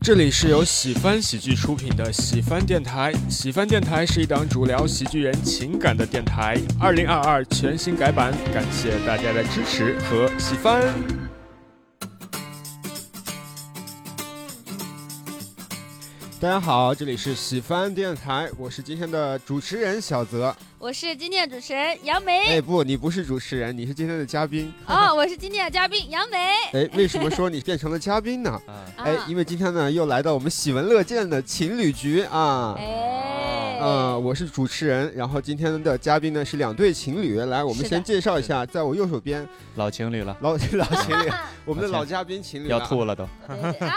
这里是由喜翻喜剧出品的喜翻电台。喜翻电台是一档主聊喜剧人情感的电台，二零二二全新改版，感谢大家的支持和喜欢。大家好，这里是喜翻电台，我是今天的主持人小泽。我是今天的主持人杨梅。哎，不，你不是主持人，你是今天的嘉宾。哦，我是今天的嘉宾杨梅。哎，为什么 说你变成了嘉宾呢？啊，哎，啊因为今天呢，又来到我们喜闻乐见的情侣局啊。哎，呃，我是主持人，然后今天的嘉宾呢是两对情侣。来，我们是先的介绍一下，在我右手边老情侣了，老 老情 侣，我们的老老嘉宾情侣要了吐了都，嗯对对啊，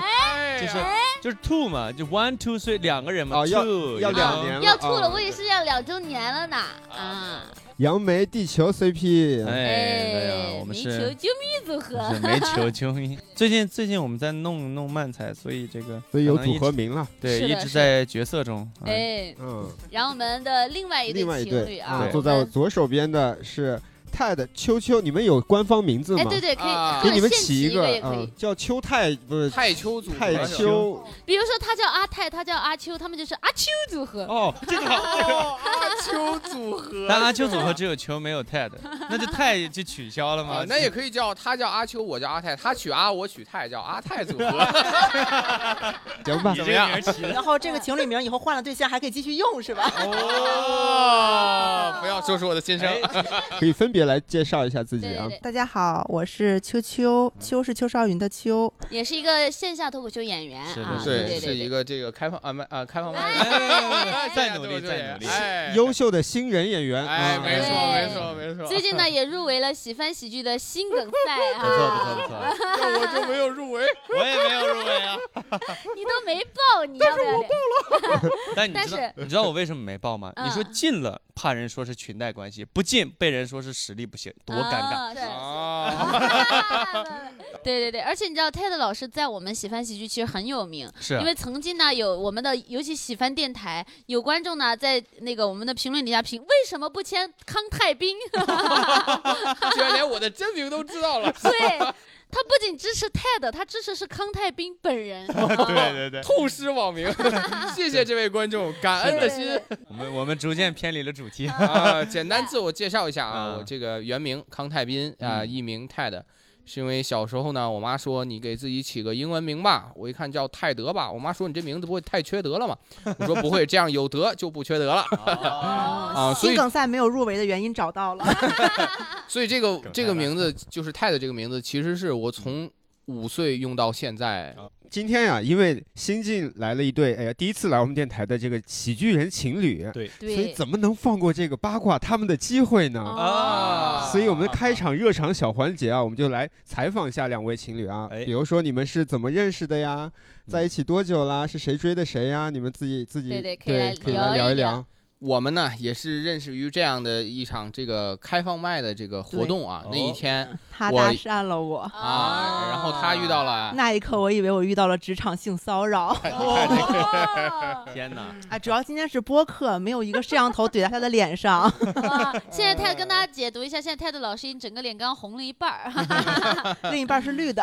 哎，就是就是吐嘛，就 one two three 两个人嘛哦要，two 要 you 两 know 年要吐了，我也也是要两周年了呢。啊，杨梅地球 CP，哎，哎啊呀，我们煤球是啾咪组合 是。煤球球迷。最近最近我们在弄弄漫才，所以这个所以有可能组一合直，名了。是对，的一是直的在角色中。啊哎，嗯，然后我们的另外一对另外一情侣对啊，对坐在我我们左手边的是 Ted 秋秋，你们有官方名字哎，吗？对对，可以啊或给者你们现起一一个也，可嗯以。，叫秋泰，不是泰秋组合泰是吧秋，比如说他叫阿泰，他叫阿秋，他们就是阿秋组合。哦，这个好。 哦，阿秋组合，但阿秋组合只有球没有 Ted，那就泰就取消了嘛。，啊那也可以叫他叫阿秋，我叫阿泰，他取阿，我取泰，叫阿泰组合。行吧你这个怎么样名儿起的然后这个情侣名以后换了对象还可以继续用，是吧？ 哦，啊不要说出我的心声。 可以分别来介绍一下自己对啊对。对，大家好，我是秋秋，秋是邱少云的秋。也是一个线下脱口秀演员是的啊，是的对是一对，个这个开放啊麦啊开放麦哎的。哎哎再努力，对再努力。哎，优秀的新人演员，哎，啊没错对没错没错。 最近呢也入围了喜翻喜剧的新梗赛不错不啊，错不错，我就没有入围。我也没有入围啊。你都没报，你要不要脸？ 但你但知道是你知道我为什么没报吗？嗯你说进了，怕人说是裙带关系；不进，被人说是实力不行，多尴尬。啊是哦，对对对，而且你知道 TED 老师在我们喜翻喜剧其实很有名，是啊因为曾经呢有我们的尤其喜翻电台有观众呢在那个我们的评论底下评为什么不签康泰斌？，居然连我的真名都知道了对他不仅支持 TED，他支持是康泰斌本人。对对对，痛失网 名。谢谢这位观众，感恩的对心。我们我们逐渐偏离了主题。嗯 啊，简单自我介绍一下啊，啊我这个原名康泰斌啊，嗯艺名泰的，是因为小时候呢，我妈说你给自己起个英文名吧，我一看叫泰德吧，我妈说你这名字不会太缺德了吗？我说不会，这样有德就不缺德 了啊，所新以梗赛没有入围的原因找到了，所以这个梗这太嗯个烂名字就是泰的这个名字，其实是我从五岁用到现在，嗯今天呀、因为新进来了一对，哎呀，第一次来我们电台的这个喜剧人情侣，所以对，哦怎么能放过这个八卦他们的机会呢？啊所以我们的开场热场小环节啊，我们就来采访一下两位情侣啊，哎比如说你们是怎么认识的呀？在一起多久啦？是谁追的谁呀？你们自己自己对对可以来可以来聊聊一一聊。我们呢也是认识于这样的一场这个开放麦的这个活对动啊，那哦一天他我搭讪了我。啊，然后他遇到了。那一刻，我以为我遇到了职场性 骚扰哦天哪，啊！主要今天是播客，没有一个摄像头怼在他的脸上。哇现在 TED 跟大家解读一下，现在 TED 老师已经整个脸刚红了一半儿， 另一半是绿的，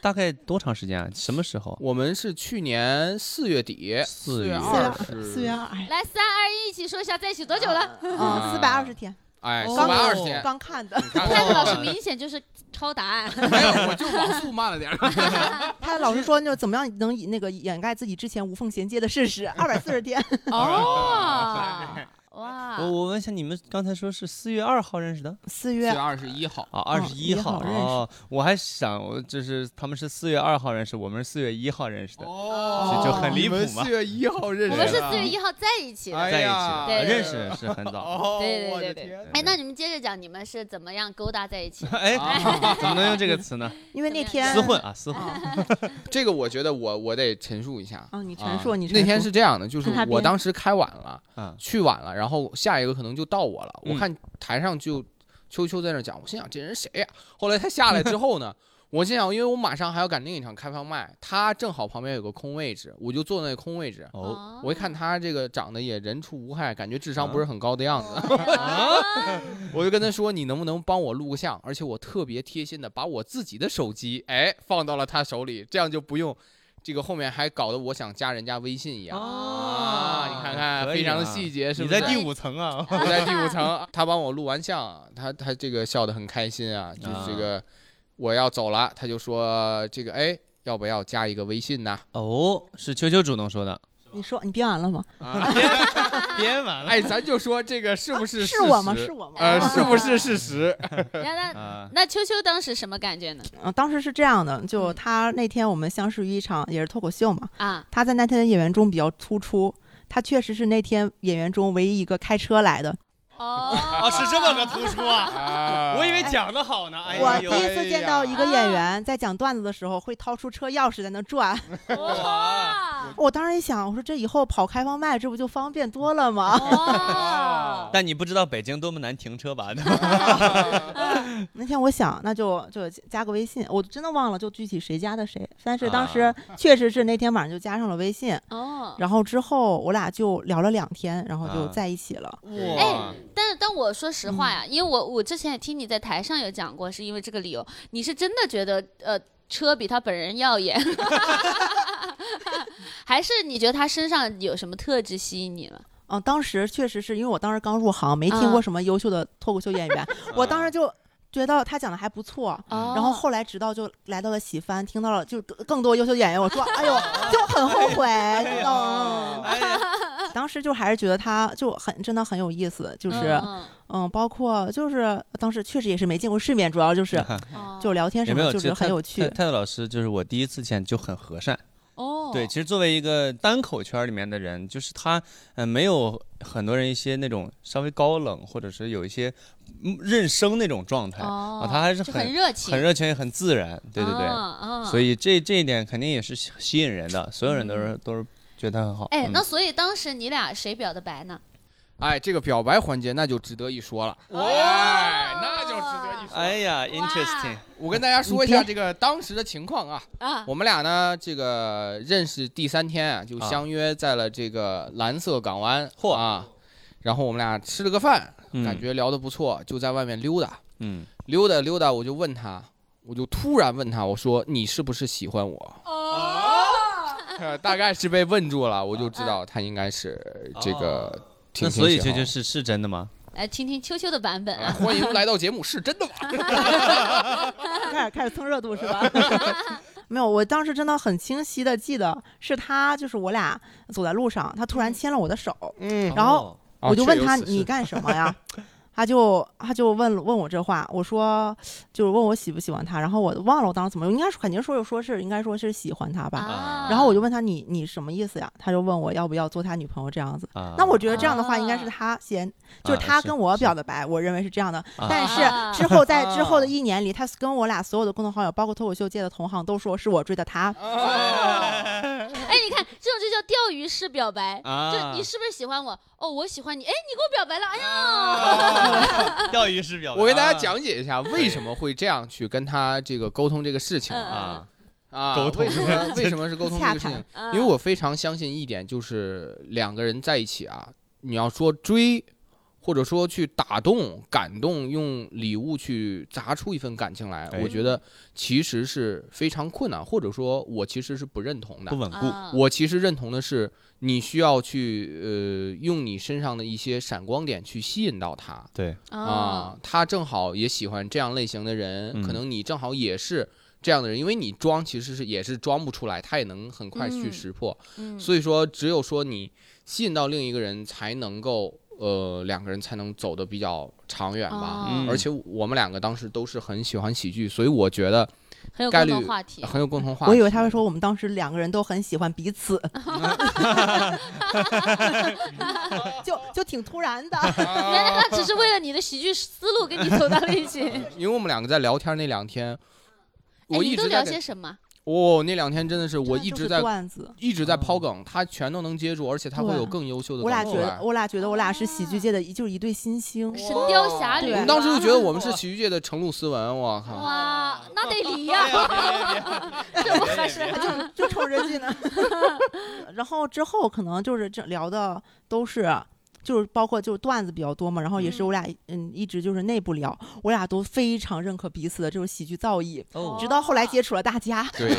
大概多长时间啊？什么时候？我们是去年四月底，四月月二十， 四月，二，来三二一一起说一下在一起多久了？嗯，四百二十天，哎，四哦百刚二十天，刚 看的。啊 TED 老师明显就是抄答案。没有，我就网速慢了点儿。他老是说，就怎么样能以那个掩盖自己之前无缝衔接的事实？二百四十天，哦，哇，我我问一下，你们刚才说是四月二号认识的四 四月月二十一号，哦啊？二十一1号号认识哦，我还想我就是他们是四月二号认识，我们是四月一号认识的，哦这就很离谱嘛四月一号认我们是四月一号在一起的。哎在一起呀的，对认识是很早。哦对我对对的对天哎，那你们接着讲，你们是怎么样勾搭在一起的？ 哎，啊怎么能用这个词 呢？ 因为那怎么样天厮混啊，厮混。啊，这个我觉得我我得陈述一下。哦你陈述啊你陈那天述是这样的，就是看他我编当时开晚了，啊，去晚了，然后下一个可能就到我了。嗯我看台上就秋秋在那讲，我心想这人谁呀、后来他下来之后呢，我心想，因为我马上还要赶另一场开放麦，他正好旁边有个空位置，我就坐那空位置。哦，我一看他这个长得也人畜无害，感觉智商啊不是很高的样子，哦哦啊， 我就跟他说：“你能不能帮我录个像？”而且我特别贴心的把我自己的手机哎放到了他手里，这样就不用这个后面还搞得我想加人家微信一哦样啊！啊你看看，非常的细节，哎是你不是？ 在第五层啊？我在第五层，他帮我录完像，他他这个笑得很开心啊，就是这个我要走了，他就说这个哎要不要加一个微信呐？哦，是秋秋主动说的，你说你编完了吗？啊，编 完了哎，咱就说这个是不是事啊是我吗？实是我吗？呃，是不是事实？然后啊那那秋秋当时什么感觉呢？嗯，当时是这样的，就嗯他那天我们相识于一场也是脱口秀嘛，啊，他在那天的演员中比较突出，他确实是那天演员中唯一一个开车来的。哦，哦，是这么个突出啊！啊，我以为讲的好呢，哎哎呦，我第一次见到一个演哎呀员在讲段子的时候会掏出车钥匙在那转， 哇我当时一想，我说这以后跑开放麦这不就方便多了吗？ 哇，但你不知道北京多么难停车 吧？那天我想，那就就加个微信，我真的忘了就具体谁加的谁，但是当时啊确实是那天晚上就加上了微信，哦，然后之后我俩就聊了两天，然后就啊在一起了。哎，但但我说实话呀，因为我我之前也听你在台上有讲过，是因为这个理由，你是真的觉得呃车比他本人耀眼， 还是你觉得他身上有什么特质吸引你了？嗯，当时确实是因为我当时刚入行，没听过啊什么优秀的脱口秀演员，我当时就觉得他讲的还不错。哦然后后来直到就来到了喜番，听到了就更更多优秀演员，我说哎呦，就很后悔，你懂吗？哎呀当时就还是觉得他就很真的很有意思，就就是嗯，包括就是当时确实也是没见过世面，主要就是哦就聊天什有嗯没么有就是很有泰趣。泰老师就是我第一次见就很和善，哦对，其实作为一个单口圈里面的人，就是他，呃，没有很多人一些那种稍微高冷，或者是有一些嗯认生那种状态、哦啊，他还是就很很热情，很热情，也很自然，对对对，哦啊，啊所以这这一点肯定也是吸吸引人的，所有人都嗯是、都是觉得他很好。哎，嗯那所以当时你俩谁表的白呢？ 哎，这个表白环节那就值得一说了，哦哎，那就值得一说。哎哇呀，interesting，我跟大家说一下这个当时的情况啊，啊，我们俩呢，这个认识第三天啊，就相约在了这个蓝色港湾，嚯啊，然后我们俩吃了个饭，嗯感觉聊得不错，就在外面溜达，嗯，溜达溜达，我就问他，我就突然问他，我说你是不是喜 欢我？哦呃大概是被问住了，我就知道他应该是这个挺。啊哦那所以挺喜这欢我就是是真的吗？来听听秋秋的版本啊啊，欢迎来到节目，是真的吗？ 开始开始蹭热度是吧？ 没有，我当时真的很清晰的记得是他，就是我俩走在路上，他突然牵了我的手，嗯，然后哦我就问他确有此事你干什 么呀？他就他就问了问我这话，我说就是问我喜不喜欢他，然后我忘了我当时怎么，应该是肯定说说是应该说是喜欢他吧。啊然后我就问他你你什么意思呀？他就问我要不要做他女朋友这样子。啊，那我觉得这样的话应该是啊他先，就是啊他是跟我是表的白，我认为是这样的。啊但啊是之后在之后的一年里，他跟我俩所有的共同好友，包括脱口秀界的同行，都说是我追的他。哦 哎，你看这种就叫钓鱼式表白。就啊你，是不是喜欢我？哦，我喜欢你。哎，你给我表白了。哎呀， 啊钓鱼是表达，我给大家讲解一下为什么会这样去跟他这个沟通这个事情嗯啊啊，啊，沟通为什么为什么是沟通这 个事情？嗯因为我非常相信一点，就是两个人在一起啊，你要说追，或者说去打动、感动，用礼物去砸出一份感情来，哎我觉得其实是非常困难，或者说我其实是不认同的不。稳固，啊我其实认同的是，你需要去呃，用你身上的一些闪光点去吸引到他。对，啊啊，他正好也喜欢这样类型的人，嗯可能你正好也是这样的人，因为你装其实是也是装不出来，他也能很快去嗯识破。嗯所以说，只有说你吸引到另一个人，才能够呃两个人才能走得比较长远吧。哦嗯而且我们两个当时都是很喜欢喜剧，所以我觉得很有概共率同话 题。很有共同话题。我以为他会说我们当时两个人都很喜欢彼 此，就就挺突然的。原来他只是为了你的喜剧思路跟你走到了一起。因为我们两个在聊天那两天，哎， 我一你都直在聊跟些什么？哦，那两天真的是 我真的一就直是在段子。一直在哦抛梗，他全都能接住，而且他会有更优秀的啊我俩梗觉出得，来。我俩觉得我俩是喜啊剧界的一，就是一对新星。神雕侠侣啊我对吧，们当时就觉得我们是喜剧界的程璐、斯文，我 靠！哇，那得离呀，啊 这不合适。就瞅着近呢。 然后之后可能就是这聊的都是。就是包括就是段子比较多嘛，然后也是嗯我俩嗯一直就是内部聊，我俩都非常认可彼此的这种喜剧造诣，哦直到后来接触了大家，对，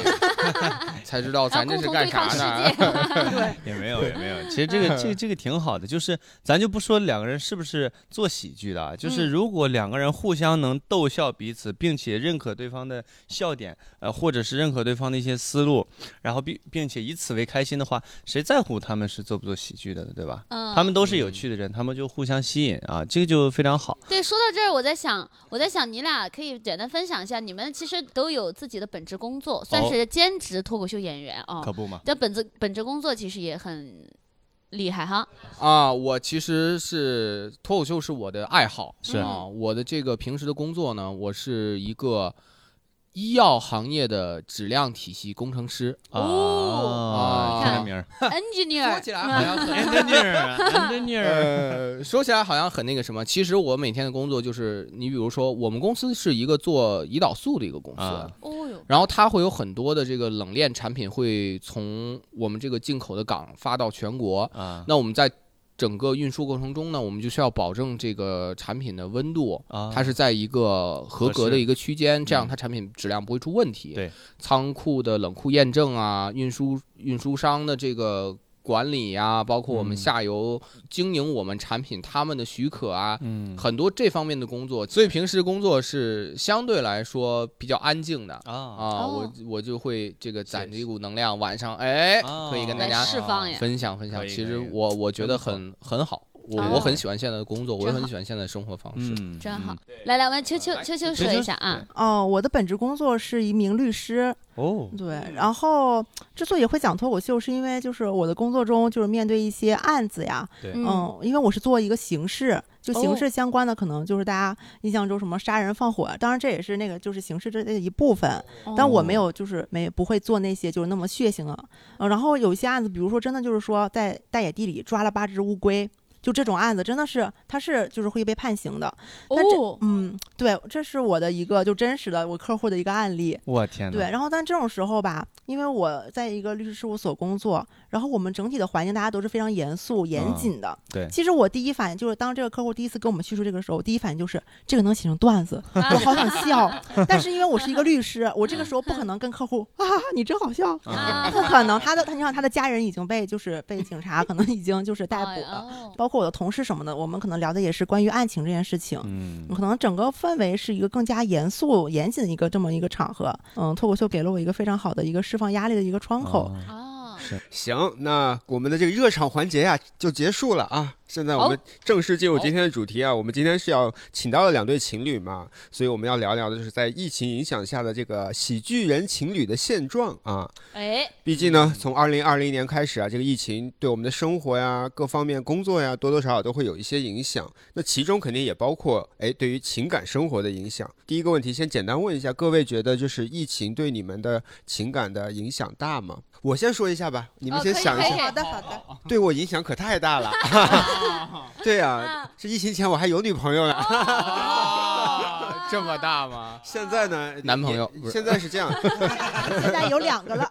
才知道然咱后共这是同干对啥抗世呢？界，对，也没有，也没有。其实这个这个这个挺好的，就是咱就不说两个人是不是做喜剧的啊，就是嗯如果两个人互相能逗笑彼此，并且认可对方的笑点，呃，或者是认可对方的一些思路，然后并并且以此为开心的话，谁在乎他们是做不做喜剧的呢，对吧？嗯，他们都是有趣的人，他们就互相吸引啊，这个就非常好。对，说到这儿，我在想，我在想，你俩可以简单分享一下，你们其实都有自己的本职工作，算哦是兼职脱口秀演员啊。可不嘛，但本职本职工作其实也很厉害 哈。 啊，我其实是脱口秀是我的爱好，是啊，我的这个平时的工作呢，我是一个医药行业的质量体系工程师。啊，哦听这名儿 Engineer，说起来啊好像很。 ，engineer，engineer，呃，说起来好像很那个什么，其实我每天的工作就是，你比如说，我们公司是一个做胰岛素的一个公司，啊哦哟，然后它会有很多的这个冷链产品会从我们这个进口的港发到全国。啊那我们在整个运输过程中呢，我们就需要保证这个产品的温度，啊，它是在一个合格合的适一个区间，这样嗯它产品质量不会出问题。对，仓库的冷库验证啊，运输运输商的这个管理呀、包括我们嗯下游经营我们产品他们的许可啊，嗯很多这方面的工作。所以平时工作是相对来说比较安静的。啊，啊，哦我我就会这个攒是着一股能量，晚上哎可以跟大来家释放呀分享分享可。以其可实以我我觉真得不错很很好，我哦我很喜欢现在的工作，我也真很好喜欢现在的生活方式。嗯，真好嗯。来来，我们秋秋秋秋说一下啊。哦，我的本职工作是一名律师，哦，对，然后之所以会讲脱口秀，是因为就是我的工作中就是面对一些案子呀，嗯，嗯，因为我是做一个刑事，就哦刑事相关的，可能就是大家印象中什么杀人放火，当然这也是那个就是刑事这的一部分，但我没有就是没不会做那些就是那么血腥的。嗯，然后有一些案子，比如说真的就是说在大野地里抓了八只乌龟，就这种案子真的是它是就是会被判刑的。但这哦，嗯，对，这是我的一个就真实的我客户的一个案例。我天哪，对，然后但这种时候吧，因为我在一个律师事务所工作，然后我们整体的环境大家都是非常严肃、严嗯谨的。对其实我第一反应就是，当这个客户第一次跟我们叙述这个时候，我第一反应就是这个能写成段 子，我我好想笑。但是因为我是一个律师，我这个时候不可能跟客户啊，你真好笑，嗯啊嗯 不可能。他的，他你想他的家人已经被就是被警察可能已经就是逮哎捕了，了。包括我的同事什么的，我们可能聊的也是关于案情这件事情。嗯可能整个氛围是一个更加严肃、严谨的一个这么一个场合。嗯，脱口秀给了我一个非常好的一个释放压力的一个窗口。啊哦，行，那我们的这个热场环节呀、就结束了啊。现在我们正式进入今天的主题啊。我们今天是要请到了两对情侣嘛，所以我们要聊聊的就是在疫情影响下的这个喜剧人情侣的现状啊。哎，毕竟呢，从二零二零年开始啊，这个疫情对我们的生活呀、各方面工作呀，多多少少都会有一些影响。那其中肯定也包括哎，对于情感生活的影响。第一个问题，先简单问一下各位，觉得就是疫情对你们的情感的影响大吗？我先说一下吧，你们哦先可以想一可下以。好的，好的。对我影响可太大 了。 对呀、啊这疫情前我还有女朋友呢，啊，这么大 吗？现在呢，男朋友也不是现在是这 样，现在有两个了，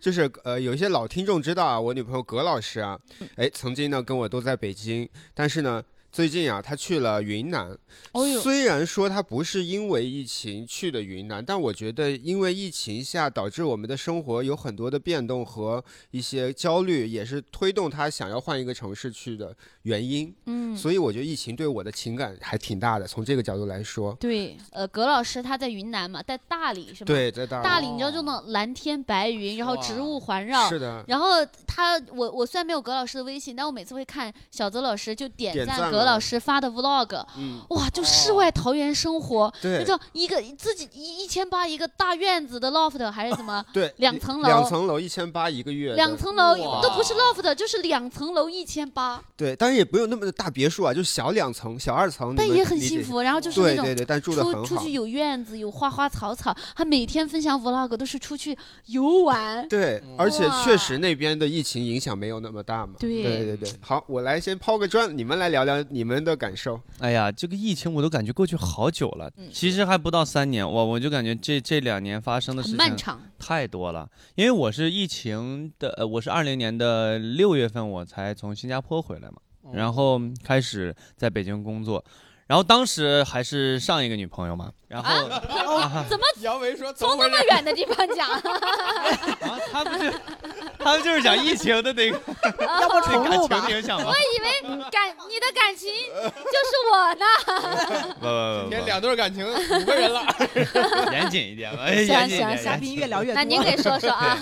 就是呃，有一些老听众知道啊，我女朋友葛老师啊，哎，曾经呢跟我都在北京， 但是呢。最近啊，她去了云南。哦哟，虽然说她不是因为疫情去的云南，但我觉得因为疫情下导致我们的生活有很多的变动和一些焦虑，也是推动她想要换一个城市去的原因。嗯，所以我觉得疫情对我的情感还挺大的，从这个角度来说，对，呃，葛老师他在云南嘛，在大理是吗？对，在大大理理你知道就那种蓝天白云，然后哇植物环绕，是的，然后他他我我虽然没有葛老师的微信，但我每次会看小泽老师就点点赞赞葛了老师发的 vlog，嗯，哇，就世外桃源生活，对？那叫一个自己一一千八一个大院子的 loft 还是怎么 对，两层楼两层楼一千八一个月的，两层楼哇都不是 loft，就是两层楼一千八，对，当然也不用那么大别墅啊，就小两层、小二层，你但们也很理解幸一下。福。然后就是那对种对对，但住的出很出好去。有院子，有花花草草，他每天分享 vlog 都是出去游玩。对嗯，而且哇确实那边的疫情影响没有那么大嘛。对对对对，好，我来先抛个砖，你们来聊聊你们的感受。哎呀，这个疫情我都感觉过去好久了，嗯其实还不到三年，我我就感觉这这两年发生的很事漫情长，太多了。因为我是疫情的，呃，我是二零年的六月份我才从新加坡回来嘛，然后开始在北京工作，然后当时还是上一个女朋友嘛，然后啊 怎么杨维说从那么远的地方讲？ 啊，他不是，他们就是讲疫情的那个要不对重 感录情吧的？影响吗？以为感你的感情就是我呢？不不天两段感情五个人了， 不，严谨一点吧，哎 行严谨一行点。行嘉严谨宾越聊越多。那您给说说啊？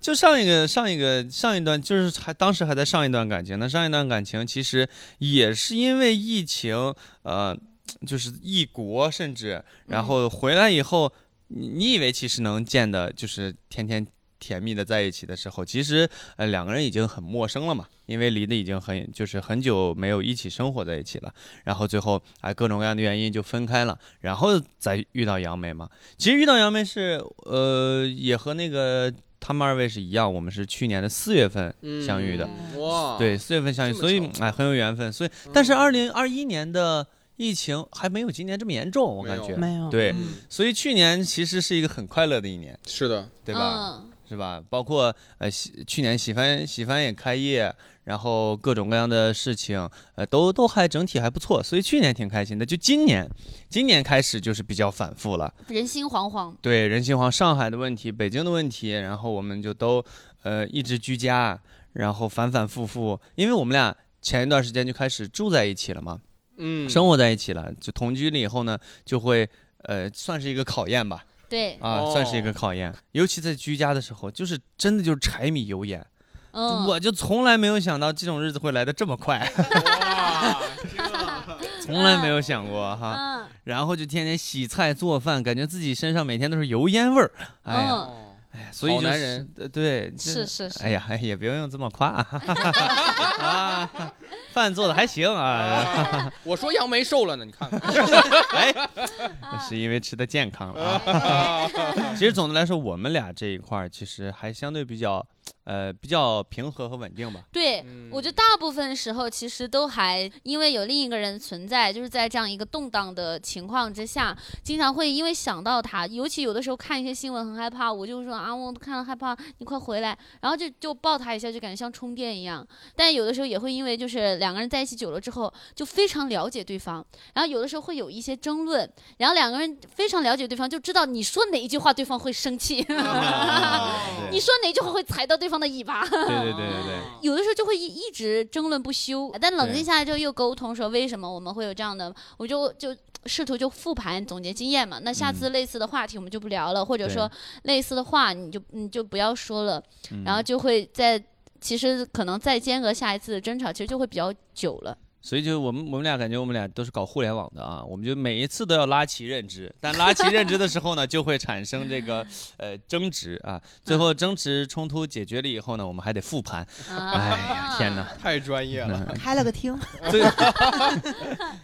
就上一个上一个上一段，就是还当时还在上一段感情，那上一段感情其实也是因为疫情，呃，就是异国，甚至然后回来以后，你你以为其实能见的，就是天天。甜蜜的在一起的时候，其实呃两个人已经很陌生了嘛，因为离得已经很就是很久没有一起生活在一起了，然后最后哎各种各样的原因就分开了，然后再遇到杨梅嘛。其实遇到杨梅是呃也和那个他们二位是一样，我们是去年的四月份嗯相遇的，哇，对，四月份相遇，啊这么所以巧哎很有缘分。所以，但是嗯二零二一年的疫情还没有今年这么严重，我感觉。没有，对嗯，所以去年其实是一个很快乐的一年，是的，对吧？嗯，是吧？包括呃，喜去年喜欢喜欢也开业，然后各种各样的事情，呃，都都还整体还不错，所以去年挺开心的。就今年，今年开始就是比较反复了。人心惶惶。对人心惶，上海的问题，北京的问题，然后我们就都呃一直居家，然后反反复复，因为我们俩前一段时间就开始住在一起了嘛，嗯，生活在一起了，就同居了以后呢，就会呃算是一个考验吧，对，啊，哦算是一个考验，尤其在居家的时候，就是真的就是柴米油盐，嗯，我就从来没有想到这种日子会来的这么快， 从来没有想过哈。啊嗯然后就天天洗菜做饭，感觉自己身上每天都是油烟味儿。哎呀，嗯，哦哎呀所以好就男是人呃对，是这是是，哎呀，哎也不用这么夸啊，啊 饭做的还行啊，我说杨梅瘦了呢，你看哎看，是因为吃的健康了啊。 哎其实总的来说，我们俩这一块儿其实还相对比较，呃，比较平和和 稳定吧。对，嗯我觉得大部分时候其实都还因为有另一个人存在，就是在这样一个动荡的情况之下，经常会因为想到他，尤其有的时候看一些新闻很害怕，我就说啊，我看了害怕，你快回来，然后就就抱他一下，就感觉像充电一样。但有的时候也会因为就是两个人在一起久了之后，就非常了解对方，然后有的时候会有一些争论，然后两个人非常了解对方，就知道你说哪一句话对方会生气， 你对说哪一句话会踩到对方的尾巴。对对对对 对，有的时候就会一一直争论不休，但冷静啊对下来之后又沟通说为什么我们会有这样的，我就就试图就复盘总结经验嘛。那下次类似的话题我们就不聊了，或者嗯对说类似的话你就你就不要说了，嗯然后就会在其实可能再间隔下一次的争吵，其实就会比较久 了。所以就我们我们俩感觉我们俩都是搞互联网的啊，我们就每一次都要拉齐认知，但拉齐认知的时候呢，就会产生这个呃争执啊，嗯最后争执冲突解决了以后呢，我们还得复盘，啊哎呀天哪！太专业了，开了个厅，最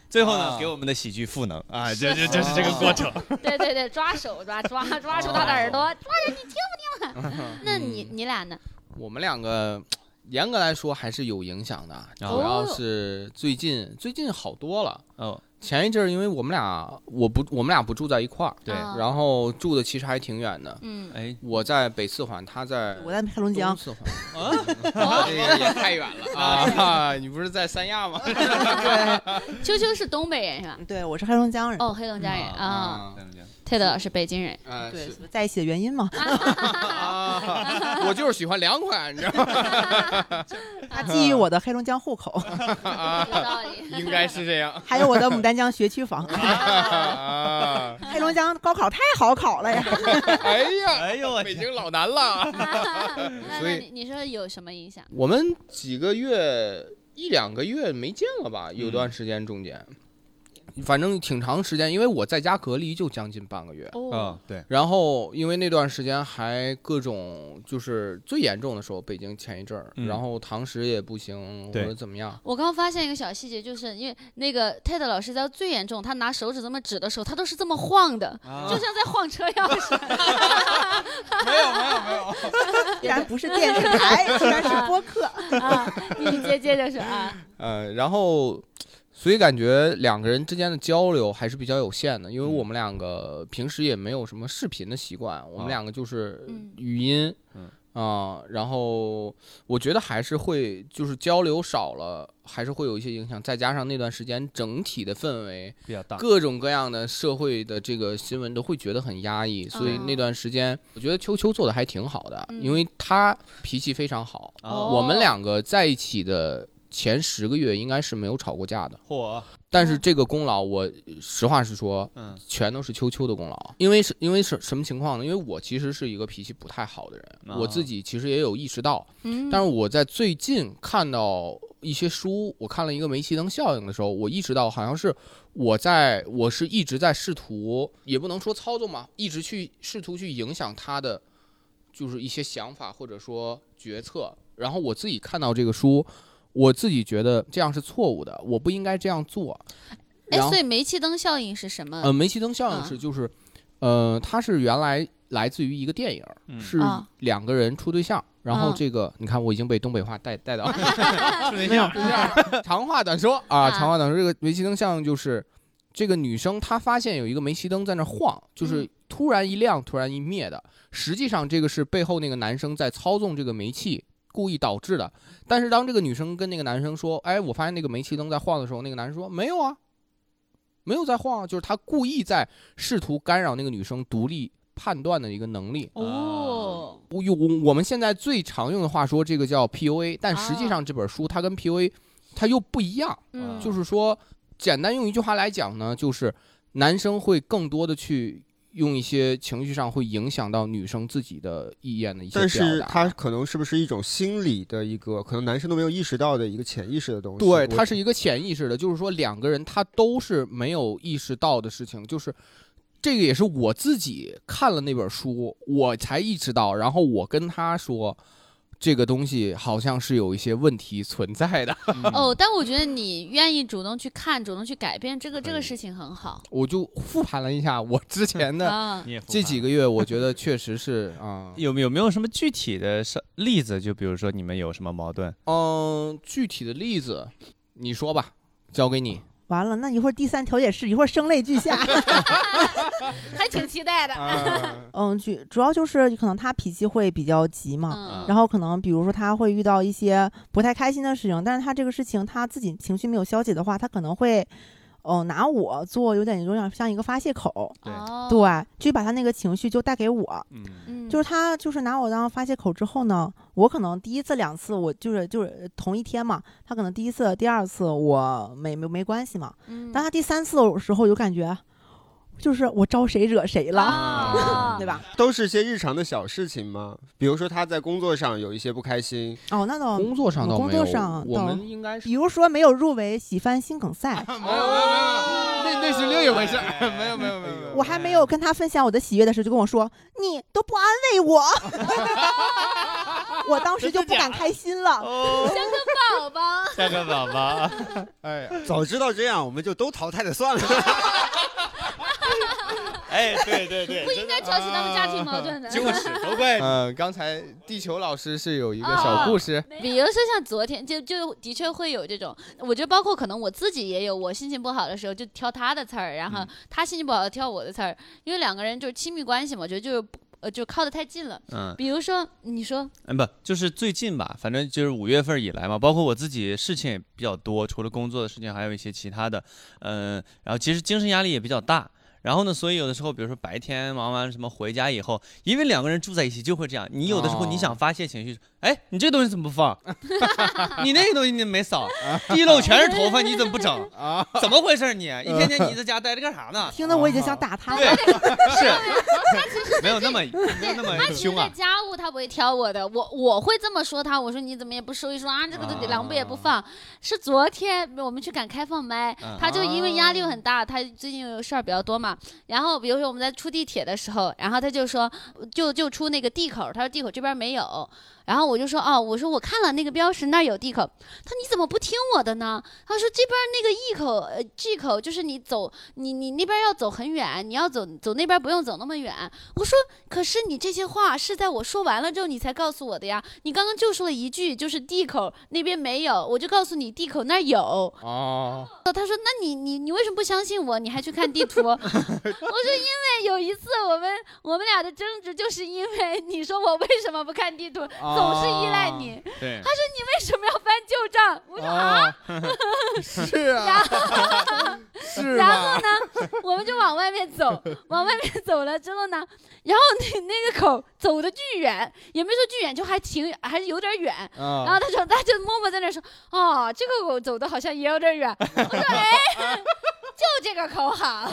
最后呢啊，给我们的喜剧赋能啊，这这这是这个过程。对对对，抓手抓抓抓住他的耳朵，抓 着你听不听？ 那你嗯你俩呢？我们两个。严格来说还是有影响的，啊主哦要是最近最近好多了。 哦，前一阵儿因为我们俩我不我们俩不住在一块儿，对，啊然后住的其实还挺远的，嗯，哎，我在北四环，他在我在黑龙东江，四环，啊这个也太远了啊！你不是在三亚吗？秋秋是东北人是吧？嗯对我是黑龙江人，哦，黑龙江人啊哦啊，泰德老师北京人。啊，对是，在一起的原因嘛。 啊，我就是喜欢凉快，你知道吗？它基于我的黑龙江户口， 有道 理。应该是这 样。还有我的牡丹江学区房。啊黑龙江高考太好考了呀！哎呀，哎呦我北天，京老难了。那所那以你你说有什么影响？我们几个月一两个月没见了吧？嗯有段时间中间，反正挺长时间，因为我在家隔离就将近半个月。哦啊，对，然后，因为那段时间还各种就是最严重的时候，北京前一阵儿，嗯然后堂食也不行或对者怎么样，我刚发现一个小细节，就是因为那个 TED 老师在最严重，他拿手指这么指的时候，他都是这么晃的，啊就像在晃车钥匙。没有没有没有，虽然不是电视台，虽然是播客，啊，你接接着说啊，呃，然后所以感觉两个人之间的交流还是比较有限的，因为嗯我们两个平时也没有什么视频的习惯，我们啊两个就是嗯语音，嗯啊、然后我觉得还是会就是交流少了，还是会有一些影响，再加上那段时间整体的氛围，比较大，各种各样的社会的这个新闻都会觉得很压抑，所以嗯那段时间我觉得秋秋做的还挺好的，嗯因为她脾气非常好，哦我们两个在一起的前十个月应该是没有吵过架的，火，但是这个功劳我实话实说，嗯全都是秋秋的功劳，因为是因为是什么情况呢？因为我其实是一个脾气不太好的人，啊我自己其实也有意识到，嗯，但是我在最近看到一些书，我看了一个煤气灯效应的时候，我意识到好像是我在我是一直在试图，也不能说操纵嘛，一直去试图去影响他的，就是一些想法或者说决策。然后我自己看到这个书，我自己觉得这样是错误的，我不应该这样做。哎，然后所以煤气灯效应是什么？呃，煤气灯效应啊是就是，呃，它是原来来自于一个电影儿，嗯是啊两个人处对象，然后嗯这个你看我已经被东北话带带 到没有长话短说啊啊，长话短说，这个煤气灯效应就是这个女生她发现有一个煤气灯在那晃，就是嗯突然一亮，突然一灭的，实际上这个是背后那个男生在操纵这个煤气。故意导致的，但是当这个女生跟那个男生说：“哎，我发现那个煤气灯在晃的时候”，那个男生说：“没有啊，没有在晃啊。”就是他故意在试图干扰那个女生独立判断的一个能力。哦，我有我我们现在最常用的话说，这个叫 PUA，但实际啊上这本书它跟 PUA 它又不一样。嗯，就是说，简单用一句话来讲呢，就是男生会更多的去用一些情绪上会影响到女生自己的意愿的一些但表是达。它可能是不是一种心理的一个，可能男生都没有意识到的一个潜意识的东西。对，我它是一个潜意识的，就是说两个人他都是没有意识到的事情，就是这个也是我自己看了那本书，我才意识到，然后我跟他说。这个东西好像是有一些问题存在的， 哦，但我觉得你愿意主动去看，主动去改变，这个这可个以事情很好我就复盘了一下我之前的啊。你也不这怕几个月，我觉得确实是啊，有有没有什么具体的事例子？就比如说你们有什么矛盾？嗯，具体的例子你说吧，交给你。完了，那一会儿第三条也是一会儿声泪俱下。还挺期待的。嗯，主主要就是可能他脾气会比较急嘛，嗯，然后可能比如说他会遇到一些不太开心的事情，但是他这个事情他自己情绪没有消解的话，他可能会，哦、拿我做有点有点像一个发泄口，对哦，对，就把他那个情绪就带给我，嗯，嗯，就是他就是拿我当发泄口之后呢，我可能第一次两次我就是就是同一天嘛，他可能第一次第二次我没没没关系嘛，嗯当他第三次的时候，我就感觉就是我招谁惹谁了，啊 对吧？都是些日常的小事情吗？比如说他在工作上有一些不开心，哦，那倒工作上倒工没有，作上我倒们应该是比如说没有入围喜番新梗 赛，没有没有没有，那那是另一回事，没有没有没有没有我还没有跟他分享我的喜悦的时候，就跟我说你都不安 慰我，我当时就不敢开心了。哦，宝宝，下个宝宝，哎呀，早知道这样，我们就都淘汰了算了。哎，对对对，不应该挑起他们家庭矛盾 的。就是都怪嗯，刚才地球老师是有一个哦小故事，比如说像昨天，就就的确会有这种，我觉得包括可能我自己也有，我心情不好的时候就挑他的刺儿，然后嗯他心情不好挑我的刺儿，因为两个人就是亲密关系嘛，我觉得就是不呃就靠得太近了。嗯，比如说你说 嗯，不，就是最近吧，反正就是五月份以来嘛，包括我自己事情呃也比较多，除了工作的事情，还有一些其他的，嗯、然后其实精神压力也比较大。然后呢，所以有的时候，比如说白天忙完什么回家以后，因为两个人住在一起就会这样。你有的时候哦你想发泄情绪，哎，你这东西怎么不放？ 你那个东西你没扫，地漏全是头发，你怎么不整？ 啊，怎么回事你？一天天你在家待着干啥呢？听得我已经想打他了。哦对，是没有那么没有那么他凶在啊。家务他不会挑我的，我我会这么说他，我说你怎么也不收一收啊，这个都得啊两步也不放。是昨天我们去赶开放麦，嗯他就因为压力又很大，他最近有事儿比较多嘛。然后比如说我们在出地铁的时候，然后他就说就就出那个地口，他说地口这边没有。然后我就说哦，我说我看了那个标识那儿有地口，他说你怎么不听我的呢？他说这边那个 E 口呃 G 口就是你走你你那边要走很远，你要走走那边不用走那么远。我说可是你这些话是在我说完了之后你才告诉我的呀，你刚刚就说了一句，就是地口那边没有，我就告诉你地口那儿有。哦，他说那你你你为什么不相信我？你还去看地图？ 我说因为有一次我们我们俩的争执就是因为你说我为什么不看地图，哦总是依赖你，为对，什么要翻旧账？ 我说啊，是啊，是然吧？我们就往外面走，往外面走了之后呢，然后那那个口走的巨远，也没说巨远，就还挺还是有点远。然后啊，他说，他就默默在那儿说，哦，这个狗走的好像也有点远。我说，哎，就这个口好。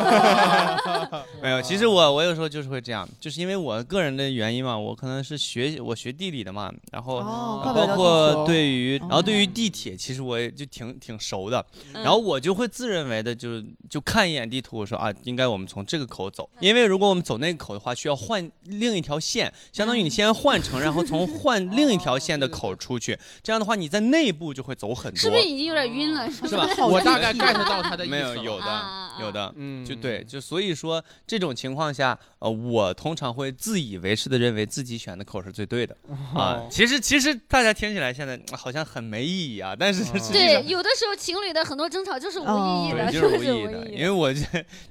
没有，哦其实我我有时候就是会这样，就是因为我个人的原因嘛，我可能是学我学地理的嘛，然后哦，怪不包得叫括地球对于，然后对于哦地铁，其实我也就挺挺熟的，嗯然后我就会自认为的就就看一眼地图，我说啊，应该我们从这个口嗯走，因为如果我们走那个口的话，需要换另一条线，相嗯当于你先换乘，然后从哦换另一条线的口出去，这样的话你在内部就会走很是不是多，已经有点晕了？是吧？是吧？好我具大概体啊 get 到他的意思没有了有的啊有的，嗯，就对，就所以说这种情况下，呃，我通常会自以为是的认为自己选的口是最对的啊、哦其实其实大家听起来现在嗯好像很没意义啊，但是哦实 际对，上。有的时候情侣的很多争吵就是无意义哦的，对，就是不无是意义的，因为我就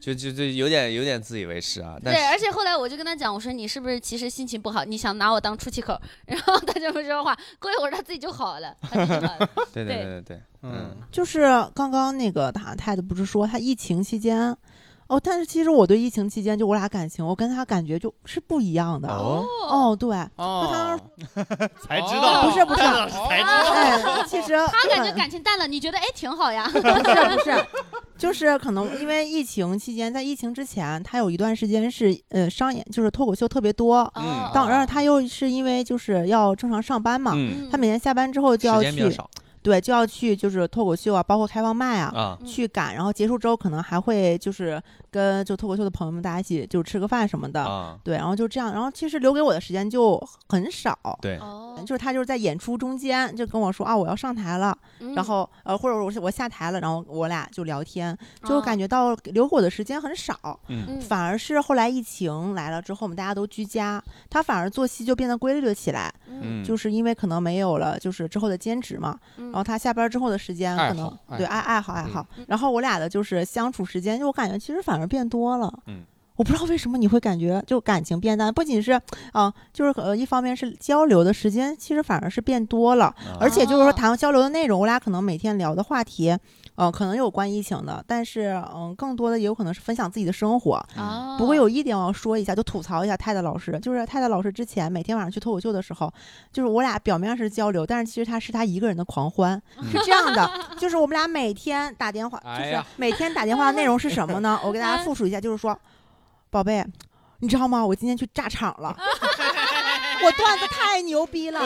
就就就有点有点自以为是啊，但对，是而且后来我就跟他讲，我说你是不是其实心情不好，你想拿我当出气口？然后他就不说话，过一会儿他自己就好了，他自己就好了。对对对对对对，嗯嗯，就是刚刚那个塔太太不是说她疫情期间，哦，但是其实我对疫情期间就我俩感情，我跟她感觉就是不一样的。哦，哦，哦，对，哦，才哦知道，不是不是看到才知道，哎，其实他感觉嗯感情淡了，你觉得哎挺好呀？不是不是， 就是可能因为疫情期间，在疫情之前，他有一段时间是呃商演，就是脱口秀特别多。嗯当然，然，他又是因为就是要正常上班嘛，嗯，他每天下班之后就时要间比较去，少对，就要去就是脱口秀啊，包括开放麦啊，啊，嗯去赶，然后结束之后可能还会就是跟就脱口秀的朋友们大家一起就吃个饭什么的，啊，对，然后就这样，然后其实留给我的时间就很少。对，哦，就是他就是在演出中间就跟我说啊，我要上台了，嗯然后呃或者我我下台了，然后我俩就聊天，就感觉觉到留给我的时间很少，嗯，反而是后来疫情来了之后，我们大家都居家，他反而作息就变得规律了起来，嗯嗯，就是因为可能没有了就是之后的兼职嘛，嗯然后他下班之后的时间爱可能好爱对好爱爱好爱嗯好嗯，然后我俩的就是相处时间，就我感觉其实反而变多了。嗯，我不知道为什么你会感觉就感情变淡，不仅是啊、就是呃一方面是交流的时间，其实反而是变多了，啊而且就是说哦谈交流的内容，我俩可能每天聊的话题，呃，可能有关疫情的，但是嗯、更多的也有可能是分享自己的生活。啊，不 过有一点我要说一下，就吐槽一下泰的老师，就是泰的老师之前每天晚上去脱口秀的时候，就是我俩表面上是交流，但是其实他是他一个人的狂欢，是这样的，就是我们俩每天打电话，就哎是呀每天打电话的内容是什么呢？我给大家复述一下，就是说，宝贝，你知道吗？我今天去炸场了，我段子太牛逼了，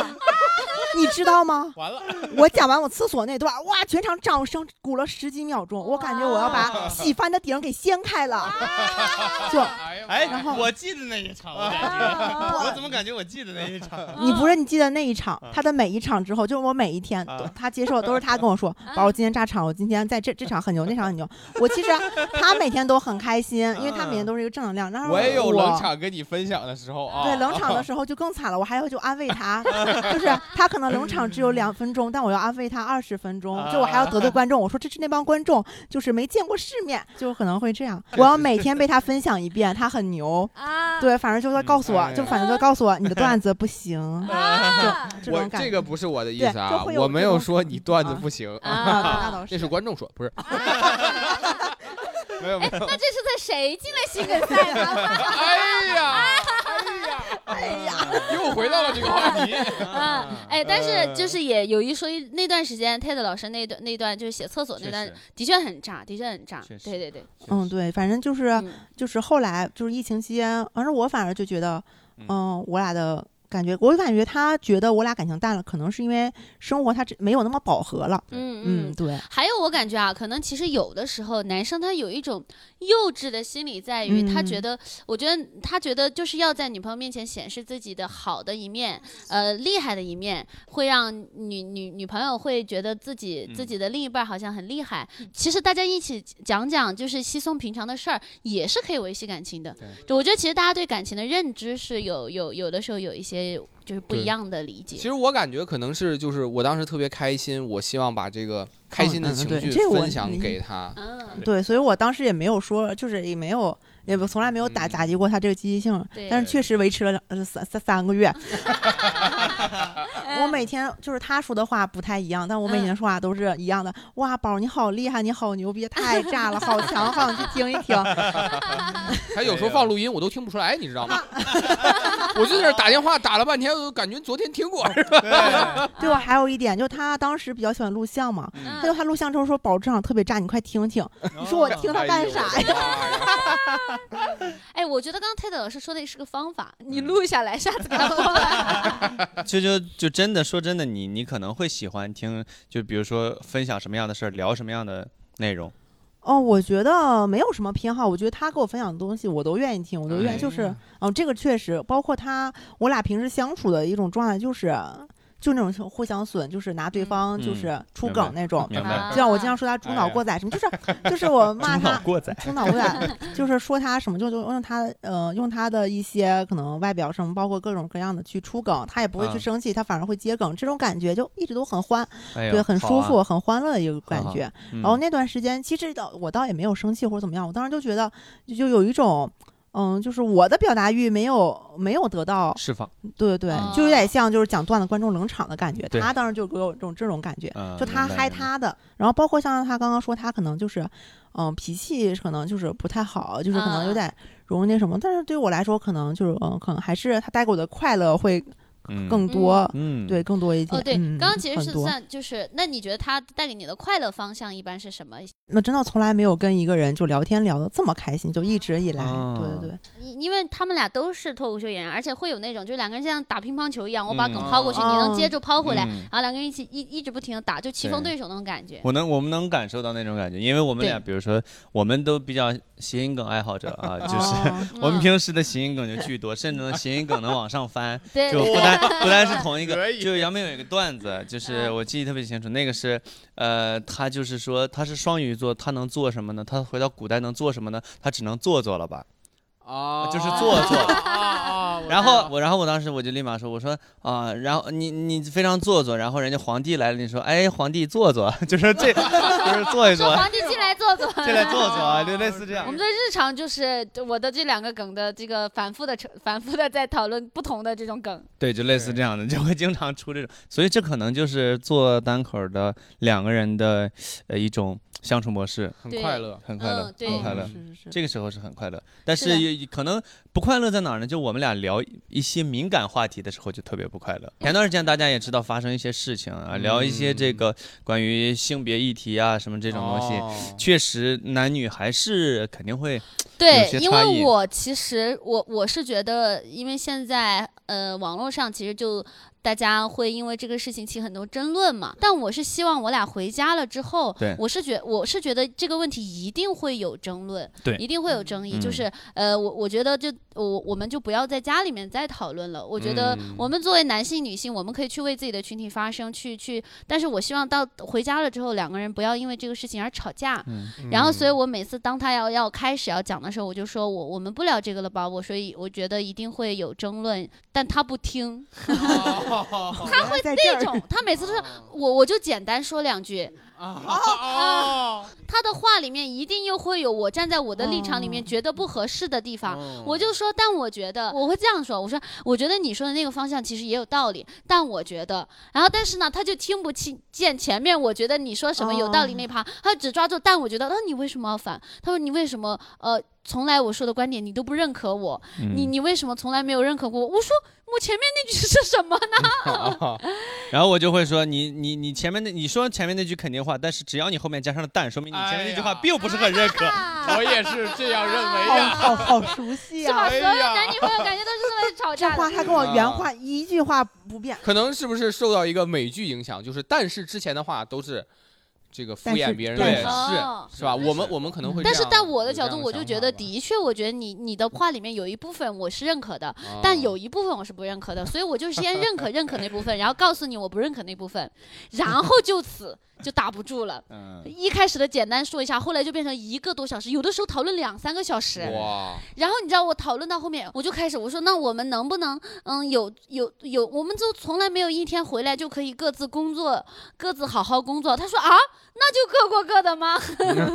你知道吗？完了，我讲完我厕所那段，哇，全场掌声鼓了十几秒钟，我感觉我要 把喜欢的顶给掀开了，就。哎然后，我记得那一场，我感啊觉，我怎么感觉我记得那一场？你不是你记得那一场，嗯他的每一场之后，就是我每一天啊都他接受都是他跟我说，宝儿今天炸场，我今天在这这场很牛，那场很牛。我其实他每天都很开心，因为他每天都是一个正能量。然后嗯我也有冷我场跟你分享的时候啊，对冷 场的时候就更惨了，我还要就安慰他，就是他可能冷场只有两分钟，但我要安慰他二十分钟，啊就我还要得 罪观众。我说这是那帮观众就是没见过世面，就可能会这样。我要每天被他分享一遍，他很牛。啊，对，反正就是告诉我，嗯就反正就告诉我你的段子不行，啊这我种感这觉。个不是我的意对思啊就会，有我没这有种说你段子啊 不行，啊，那 啊，倒这是是观众说，不是没有没哎，有，那这是在谁进了新梗赛呢？哎呀，哎呀，哎呀，又回到了这个话题。嗯，啊哎，但是就是也有一说一，那段时间 TED 老师那段那段就是写厕所那确段实，，的确很炸，的确很炸。确实对对对，确嗯，实，对，反正就是嗯就是后来就是疫情期间，反正我反而就觉得，嗯嗯，我俩的感觉，我感觉他觉得我俩感情淡了，可能是因为生活他这没有那么饱和了。嗯嗯，嗯。对，还有，我感觉啊，可能其实有的时候男生他有一种幼稚的心理，在于他嗯觉得，我觉得他觉得就是要在女朋友面前显示自己的好的一面，呃，厉害的一面，会让女女女朋友会觉得自己、自嗯己的另一半好像很厉害。其实大家一起讲讲，就是稀松平常的事儿，也是可以维系感情的。就我觉得其实大家对感情的认知是有有有的时候有一些就是不一对样的理其解。实我感觉可能是就是我当时特别开心，我希望把这个开哦心的嗯嗯情对绪这个我分享理 给他。嗯，对，所以我当时也没有说，就是也没有，也不从来没有打嗯打击过他这个积极性，对但是确实维持了两呃三三三 个月。我嗯每天就是他说的话不太一样，但我每嗯天说话都是一样的。哇，宝你好厉害，你好牛逼，太炸了，好强，好想去听一听。他有时候放录音我都听不出来，你知道吗？ 我就在这打电话打了半天，我感觉昨天听过。哦 对我还有一点，就是他当时比较喜欢录像嘛，嗯他就他录像之后说宝这场特别炸，你快听听。你说哦我听他干啥呀？ 哎，我觉得刚刚 TED 老师说的是个方法，你嗯录下来，下次给他播完。就就就真的说真的，你你可能会喜欢听，就比如说分享什么样的事儿，聊什么样的内容。哦，我觉得没有什么偏好，我觉得他给我分享的东西我都愿意听，我都愿哎意就是，嗯、这个确实包括他，我俩平时相处的一种状态就是，就那种互相损，就是拿对嗯方就嗯是出明白梗哦那种，明白就像我经常说他猪哎脑呀过载什么，就是就是我骂中他脑过载， 猪脑过载，就是说他什么就就用他呃用他的一些可能外表什么，包括各种各样的去出梗，他也不会啊去生气，他反而会接梗，这种感觉就一直都很欢，哎呀，对，很好舒啊服，。很欢乐的一个感好觉。嗯然后那段时间，其实倒我倒也没有生气或者怎么样，我当时就觉得就就有一种。嗯，就是我的表达欲没有没有得到，释放，对对对，就有点像就是讲段子观众冷场的感觉。对他当时就给我这种这种感觉，嗯就他明白嗨明白他的，然后包括像他刚刚说他可能就是，嗯、脾气可能就是不太好，就是可能有啊点容易那什么，但是对我来说可能就是嗯，可能还是他带给我的快乐会更嗯多，嗯，对，更多一些。 哦，对，嗯、刚刚其实很是多算就是，那你觉得他带给你的快乐方向一般是什么？那真的从来没有跟一个人就聊天聊得这么开心，就一直以来，啊对对对，因因为他们俩都是脱口秀演员，而且会有那种就两个人像打乒乓球一样，我把嗯梗抛过去，你能哦接住抛回来，嗯然后两个人一起一一直不停的打，就棋逢对对手那种感觉。我能，我们能感受到那种感觉，因为我们对俩，比如说，我们都比较谐音梗爱好者啊，就是 哦我们嗯平时的谐音梗就巨多，甚至呢，谐音梗能往上翻，对就对不单不单是同一可个，以就杨梅有一个段子，就是我记忆特别清楚，那个是，呃，他就是说他是双鱼座，他能做什么呢？他回到古代能做什么呢？他只能做做了吧。啊 就是 做作啊啊！然后我，然后我当时我就立马说，我说啊、然后你你非常做作，然后人家皇帝来了，你说哎，皇帝坐坐， 就是这，就是坐一说坐，皇帝进来坐坐，进来坐坐啊，就类似这 样我。们的日常就是我的这两个梗的这个反复的、反复的在讨论不同的这种梗。对，就类似这样的，就会经常出这种，所以这可能就是做单口的两个人的呃一种相处模式，很对快乐，很快乐，嗯对很快乐是。是是，这个时候是很快乐，但是的是也可能不快乐在哪儿呢？就我们俩聊一些敏感话题的时候就特别不快乐。嗯前段时间大家也知道发生一些事情啊，聊一些嗯这个关于性别议题啊什么这这种东西，西，确实男女还是肯定会对有些，因差为异我其实我我是觉得，因为现在呃网络上其实就大家会因为这个事情起很多争论嘛，但我是希望我俩回家了之后对，我是觉我是觉得这个问题一定会有争论，对一定会有争议，嗯就是呃我我觉得就我我们就不要在家里面再讨论了，我觉得嗯我们作为男性女性，我们可以去为自己的群体发声，去去，但是我希望到回家了之后，两个人不要因为这个事情而吵架，嗯嗯然后，所以我每次当他要要开始要讲的时候，我就说我我们不聊这个了吧，我所以我觉得一定会有争论，但他不听，他会在这那儿种他每次哦都是我我就简单说两句，啊 他的话里面一定又会有我站在我的立场里面哦觉得不合适的地方。我就说，但我觉得我会这样说，我说我觉得你说的那个方向其实也有道理，但我觉得，然后但是呢，他就听不清见前面我觉得你说什么有道理哦那趴，他只抓住但我觉得，那、啊你为什么要反？他说你为什么呃？从来我说的观点你都不认可我，嗯嗯你嗯你为什么从来没有认可过我？我说我前面那句是什么呢？哦然后我就会说你你你前面那你说前面那句肯定话，但是只要你后面加上了但，说明你前面那句话哎呀并不是很认 可。啊我也是这样认为好呀。好好熟悉啊是吧？哎啊！所有男女朋友感觉都是这么吵这架话的。他跟啊我原话一句话不变，可能是不是受到一个美剧影响，就是但是之前的话都是这个敷但是衍别人但的是话，哦是是吧？我们我们可能会这但样，是在我的有这角样的度，我就想觉法得，吧，的确，我觉得你你的话里面有一部分我是认可的，啊但有一部分我是不认可的，所以我就先认可 认可那部分，然后告诉你我不认可那部分，然后就此就打不住了。嗯，一开始的简单说一下，后来就变成一个多小时，有的时候讨论两三个小时。哇，然后你知道我讨论到后面，我就开始我说那我们能不能嗯有有有，我们就从来没有一天回来就可以各自工作，各自好好工作。他说啊，那就各过各的吗？啊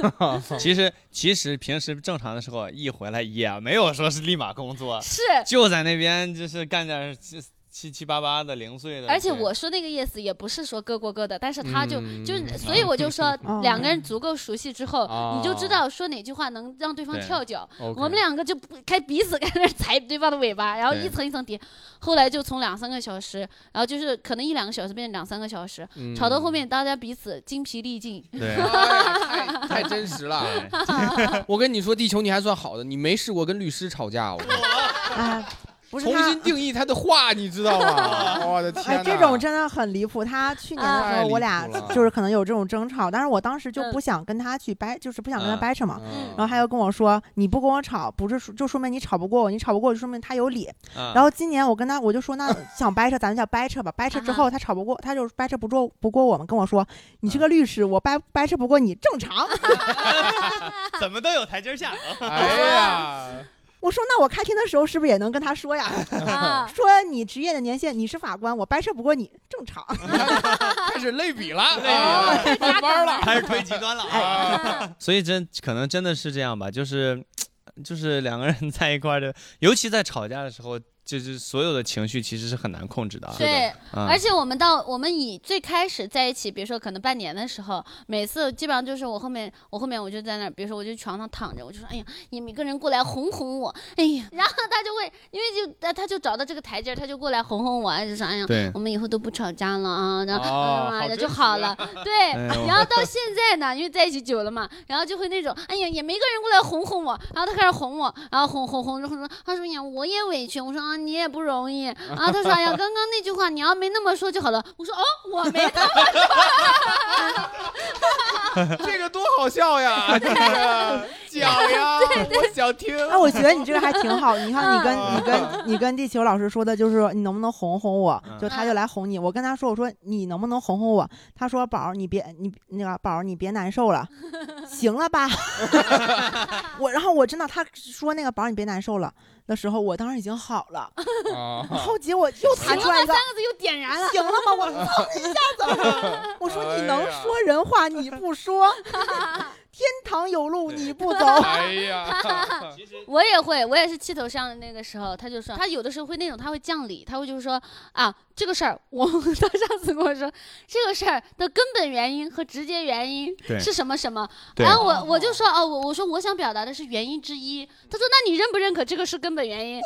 其实其实平时正常的时候一回来也没有说是立马工作，是。 就在那边就是干点儿七七七八八的零碎的。而且对我说那个意思也不是说各过各的，但是他就、嗯啊就是，所以我就说 嗯两个人足够熟悉之后，哦你就知道说哪句话能让对方对跳脚。我我们两个就不开彼此 在那踩对方的尾巴，然后对一层一层叠，后来就从两三个小时，然后就是可能一两个小时变成两三个小时，嗯吵到后面大家彼此精疲力 尽。对哎呀太太真实了。对 我跟你说，地球你还算好的，你没试过跟律师吵架，我哎，不是重他新。定义他的话，你知道吗？我的天哎，哪！这种真的很离谱。他去年的时太候，离我俩谱了就是可能有这种争吵，但是我当时就嗯不想跟他去掰，就是不想跟他嗯掰扯嘛。嗯，然后他又跟我说：“你不跟我吵，不是说就说明你吵不过我，你吵不过我就说明他有理。”嗯然后今年我跟他，我就说那嗯想掰扯，咱们叫掰扯吧。掰扯之啊哈后，他吵不过，他就掰扯不过不过我们，跟我说你嗯是个律师，我掰掰扯不过你正常。怎么都有台阶下。啊哎呀，我说那我开庭的时候是不是也能跟 他说呀？啊，说你职业的年限，你是法官，我掰扯不过你正常。开始类比了，比哦了哎翻班了。开始推极端了啊！哎所以真可能真的是这样吧，就是就是两个人在一块儿的，尤其在吵架的时候，就是所有的情绪其实是很难控制的啊。对，嗯而且我们到我们以最开始在一起，比如说可能半年的时候，每次基本上就是我后面我后面我就在那儿，比如说我就床上躺着，我就说哎呀，你们一个人过来哄哄我，哎呀， 然后他就会因为就他他就找到这个台阶儿，他就过来哄哄我，就说哎呀，对我们以后都不吵架了啊，然后哦妈好的就真实好啊了，对，哎呦然后到现在呢，因为在一起久了嘛，然后就会那种，哎呀，也没个人过来哄哄我，然后他开始哄我，然后哄哄哄着哄着，他说哎呀，我也委屈，我说啊，你也不容易，然后他说哎呀，刚刚那句话你要没那么说就好了，我说哦，我没那么这个多好笑呀！这个讲呀，我想听。 哎，我觉得你这个还挺好。你看，你嗯跟你 跟你跟地球老师说的就是说你能不能哄哄我，就他就嗯来哄你。我跟他说，我说你能不能哄哄我？他说宝儿，你别你那个宝儿，你别难受了，行了吧？ 我然后我真的他说那个宝儿你别难受了的时候，我当时已经好了，哦然后结果又弹出来一个。三个字又点燃 了，行了吗？我蹭一下子，我说你能哎呀说人话你不说，天堂有路对你不走，哎呀，我也会，我也是气头上的那个时候，他就说，他有的时候会那种，他会降理，他会就是说啊，这个事儿，我 他上次跟我说，这个事儿的根本原因和直接原因对是什么什么，对然后我我就说哦，我我说我想表达的是原因之一，他说那你认不认可这个是根本原因？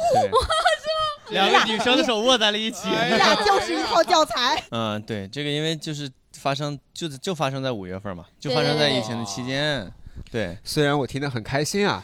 对，两个女生的手握在了一起。哎你俩就是一套教材。嗯，对，这个因为就是发生，就是就发生在五月份嘛，就发生在疫情的期间。对， 虽然我听得很开心啊，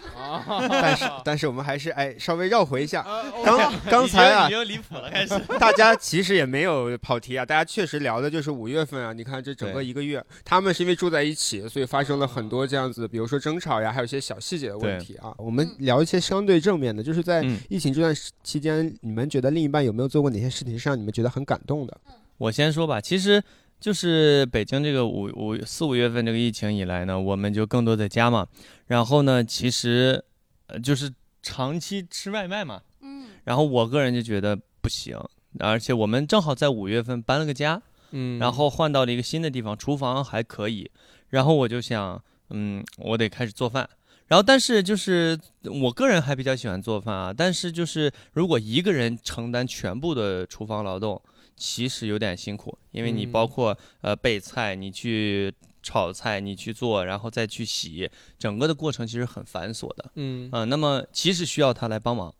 但是但是我们还是哎稍微绕回一下， 刚刚才啊已，经离谱了，开始。大家其实也没有跑题啊，大家确实聊的就是五月份啊。你看这整个对一个月，他们是因为住在一起，所以发生了很多这样子，比如说争吵呀，还有一些小细节的问题啊。我们聊一些相对正面的，就是在嗯疫情这段时期间，你们觉得另一半有没有做过哪些事情是让你们觉得很感动的？我先说吧，其实就是北京这个五五四五月份这个疫情以来呢，我们就更多在家嘛，然后呢，其实呃就是长期吃外卖嘛，嗯然后我个人就觉得不行，而且我们正好在五月份搬了个家，嗯，然后换到了一个新的地方，厨房还可以。然后我就想，嗯，我得开始做饭。然后，但是就是我个人还比较喜欢做饭啊，但是就是如果一个人承担全部的厨房劳动，其实有点辛苦，因为你嗯包括、呃备菜，你去炒菜，你去做，然后再去洗，整个的过程其实很繁琐的。嗯嗯，那么其实需要他来帮忙，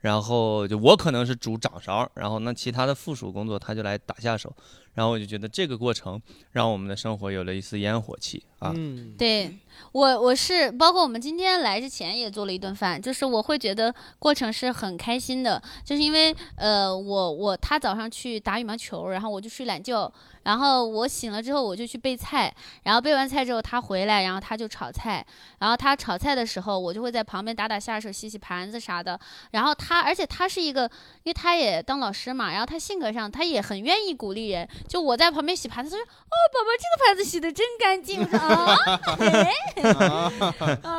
然后就我可能是主掌勺，然后那其他的附属工作他就来打下手，然后我就觉得这个过程让我们的生活有了一丝烟火气啊，嗯，对我，我是包括我们今天来之前也做了一顿饭，就是我会觉得过程是很开心的，就是因为呃，我我他早上去打羽毛球，然后我就睡懒觉，然后我醒了之后我就去备菜，然后备完菜之后他回来，然后他就炒菜，然后他炒菜的时候我就会在旁边打打下手、洗洗盘子啥的，然后他而且他是一个，因为他也当老师嘛，然后他性格上他也很愿意鼓励人，就我在旁边洗盘子，他说哦，宝宝这个盘子洗的真干净，我说啊。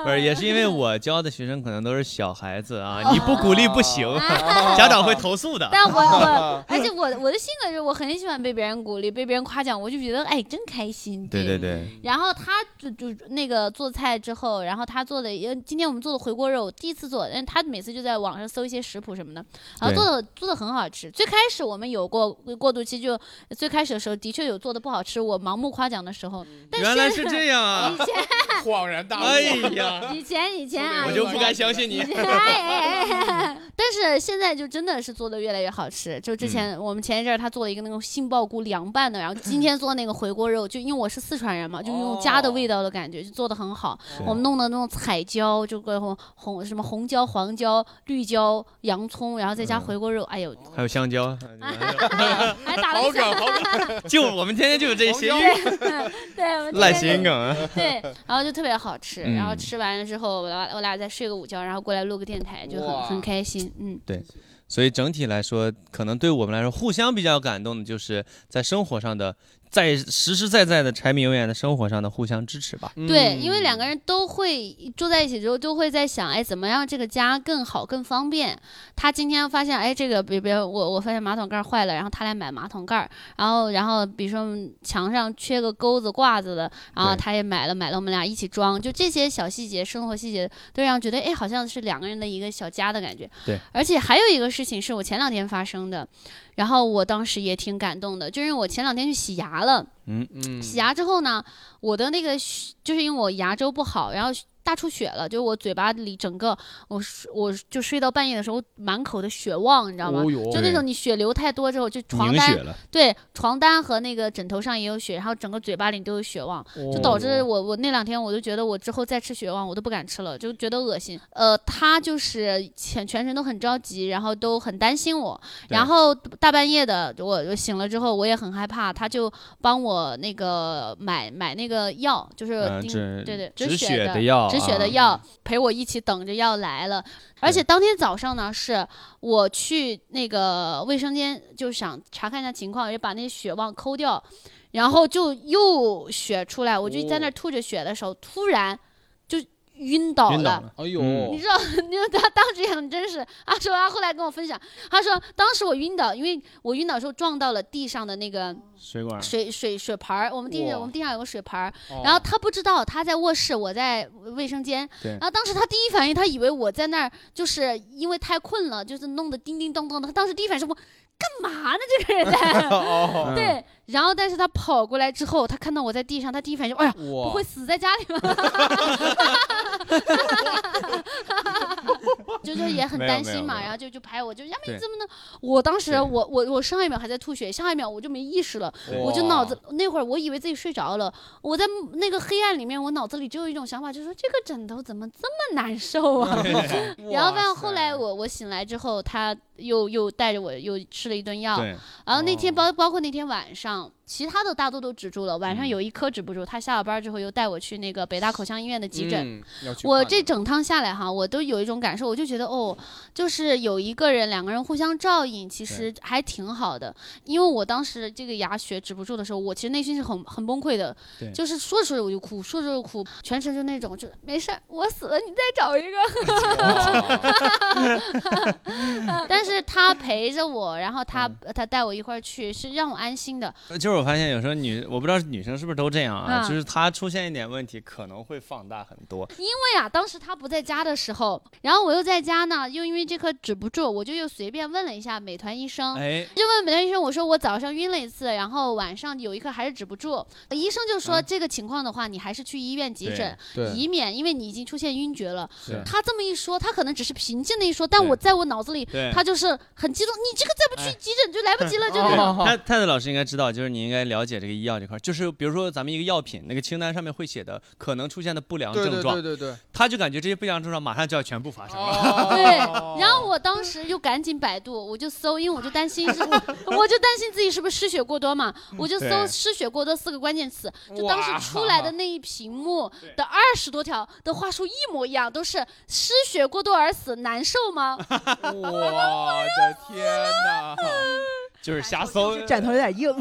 不是也是因为我教的学生可能都是小孩子哦啊，你不鼓励 不行， 家长会投诉 的。但我我，而且我我的性格就是我很喜欢被别人鼓励、被别人夸奖，我就觉得哎，真开心。对对。对，然后他就就那个做菜之后，然后他做的也，今天我们做的回锅肉，第一次做，但他每次就在网上搜一些食谱什么的，然后对做的做的很好吃。最开始我们有过过渡期就，最开始的时候的确有做的不好吃，我盲目夸奖的时候，但嗯嗯原来现是在这样啊！以前 恍然大哎呀，以前 以前啊，我就不该相信你。 哎哎哎哎！但是现在就真的是做的越来越好吃。就之嗯前、我们前一阵儿他做了一个那种杏鲍菇凉拌的，然后今天做那个回锅肉，就因为我是四川人嘛，就用家的哦味道的感觉，就做的很好。我们弄的那种彩椒，就各种红什么红椒、黄椒、绿椒、洋葱，然后再嗯加回锅肉，哎呦，还有香蕉，啊 还打了一下，就我们天天就有这些对，我们烂今天心梗啊。 对，然后就特别好吃。嗯然后吃完了之后，我俩我俩再睡个午觉，然后过来录个电台，就很哇很开心。嗯，所以整体来说，可能对我们来说，互相比较感动的就是在生活上的，在实实在在的柴米油盐的生活上的互相支持吧。 嗯对，因为两个人都会住在一起之后，都会在想，哎，怎么让这个家更好、更方便？他今天发现，哎，这个，比比如我我发现马桶盖儿坏了，然后他来买马桶盖儿，然后然后比如说墙上缺个钩子、挂子的，然后对他也买了，买了我们俩一起装，就这些小细节、生活细节，都让觉得，哎，好像是两个人的一个小家的感觉。对，而且还有一个事情是我前两天发生的，然后我当时也挺感动的，就是我前两天去洗牙了。嗯洗牙之后呢，我的那个血就是因为我牙周不好，然后大出血了，就是我嘴巴里整个我睡我就睡到半夜的时候，满口的血旺，你知道吗？哦哟就那种你血流太多之后，就床凝血单了，对床单和那个枕头上也有血，然后整个嘴巴里都有血旺，哦就导致我我那两天我就觉得我之后再吃血旺我都不敢吃了，就觉得恶心。呃，他就是全全程都很着急，然后都很担心我，对然后大半夜的我我醒了之后我也很害怕，他就帮我那个买买那个药，就是嗯定、止对对止血血的药止血的啊药、陪我一起等着药来了。而且当天早上呢，是我去那个卫生间，就想查看一下情况，也把那些血往抠掉，然后就又血出来，我就在那儿吐着血的时候，突然就晕倒晕倒了。了。哎呦，嗯你知道， 你知道他当时也很真实。他说他后来跟我分享，他说当时我晕倒，因为我晕倒的时候撞到了地上的那个水管水水水盆儿，我们地上哇我们地上有个水盆儿，哦然后他不知道他在卧室，我在卫生间。对然后当时他第一反应，他以为我在那儿，就是因为太困了，就是弄得叮叮当当的。他当时第一反应是我干嘛呢？这个人 在哦，对。然后，但是他跑过来之后，他看到我在地上，他第一反应是哎呀，不不会死在家里吧？ 就就也很没有担没心有嘛，没有然后就就拍我，就呀，你对怎么能？我当时对我我我上一秒还在吐血，下一秒我就没意识了，对我就脑子那会儿我以为自己睡着了，我在那个黑暗里面，我脑子里只有一种想法，就是说这个枕头怎么这么难受啊？然后但后来我我醒来之后，他又又带着我又吃了一顿药，对，然后那天哦包包括那天晚上，其他的大多都止住了。晚上有一科止不住，他下了班之后又带我去那个北大口腔医院的急诊。嗯要去我看这的整趟下来哈，我都有一种感受，我就觉得哦，就是有一个人，两个人互相照应，其实还挺好的。因为我当时这个牙血止不住的时候，我其实内心是很很崩溃的对，就是说着说着我就哭，说着就哭，全程就那种就没事儿，我死了你再找一个。哦但是他陪着我，然后他、他带我一块儿去，是让我安心的。呃就是我发现有时候女，我不知道女生是不是都这样啊，嗯就是她出现一点问题，可能会放大很多。对呀，啊当时他不在家的时候，然后我又在家呢，又因为这颗止不住，我就又随便问了一下美团医生，哎，就问美团医生，我说我早上晕了一次，然后晚上有一刻还是止不住，医生就说、啊这个情况的话，你还是去医院急对诊，对以免因为你已经出现晕厥了。是他这么一说，他可能只是平静的一说，但对我在我脑子里。对，他就是很激动，你这个再不哎去急诊就来不及了，就 哦那种。太太太老师应该知道，就是你应该了解这个医药这块儿，就是比如说咱们一个药品那个清单上面会写的可能出现的不良对症对状，对对对，哦他就感觉这些不良症状马上就要全部发生了。对，然后我当时就赶紧百度，我就搜，因为我就担心是，我就担心自己是不是失血过多嘛，我就搜对失血过多四个关键词，就哇当时出来的那一屏幕的二十多条的话术一模一样，都是失血过多而死，难受吗？ 我的天哪！就是瞎搜， 枕头有点硬，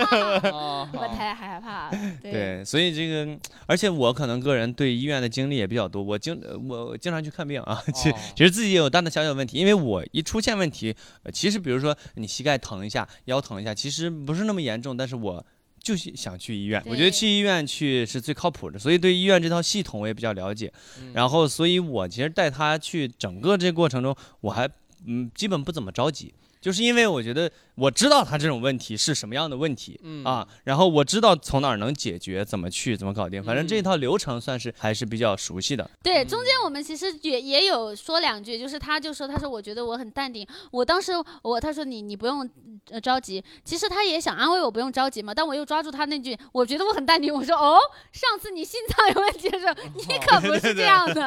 啊我太害 怕了。对，对，所以这个，而且我可能个人对医院的经历也比较多，我经呃我经常去看病啊，其 其实自己也有大大小小问题，因为我一出现问题，呃其实比如说你膝盖疼一下、腰疼一下，其实不是那么严重，但是我就是想去医院，我觉对得去医院去是最靠谱的，所以对医院这套系统我也比较了解。嗯嗯然后，所以我其实带他去整个这过程中，我还嗯基本不怎么着急，就是因为我觉得我知道他这种问题是什么样的问题。嗯啊，然后我知道从哪儿能解决，怎么去，怎么嗯搞定，反正这一套流程算是还是比较熟悉的。对，中间我们其实也也有说两句，就是他就说，他说我觉得我很淡定，我当时我他说你你不用呃着急，其实他也想安慰我不用着急嘛，但我又抓住他那句，我觉得我很淡定，我说哦，上次你心脏有问题哦的时候，你可不是这样的。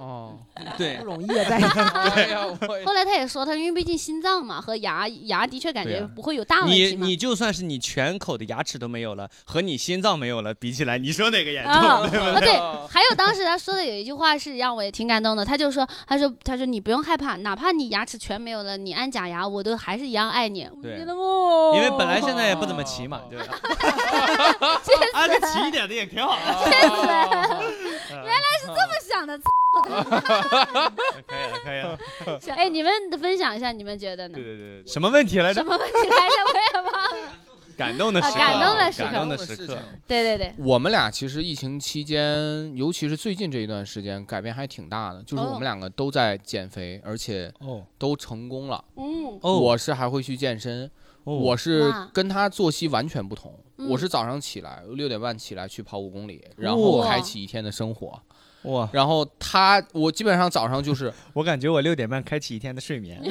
哦，对不容易啊，在 哎呀，我 也后来他也说，他说因为毕竟心脏嘛和牙牙的确感对觉啊不会有大问你题嘛。你就算是你全口的牙齿都没有了，和你心脏没有了比起来，你说哪个严重？啊啊对， 还有当时他说的有一句话是让我也挺感动的，他就说他说他说你不用害怕，哪怕你牙齿全没有了，你安假牙我都还是一样爱你。我对觉得哦，因为本来现在也不怎么骑嘛，对吧？按着骑一点的也挺好的。不 想的。可以了，可以了。哎，你们分享一下，你们觉得呢对？对对， 什么问题来什着？么问题来着？我也忘了。 感动的时刻，啊感动的时刻感动的时刻。对对对，我们俩其实疫情期间，尤其是最近这一段时间，改变还挺大的。就是我哦们两个都在减肥，而且哦都成功了。嗯，哦，我是还会去健身，哦我是哇跟他作息完全不同。嗯我是早上起来六点半起来去跑五公里，然哇后开启一天的生活。哇，然后他，我基本上早上就是我感觉我六点半开启一天的睡眠。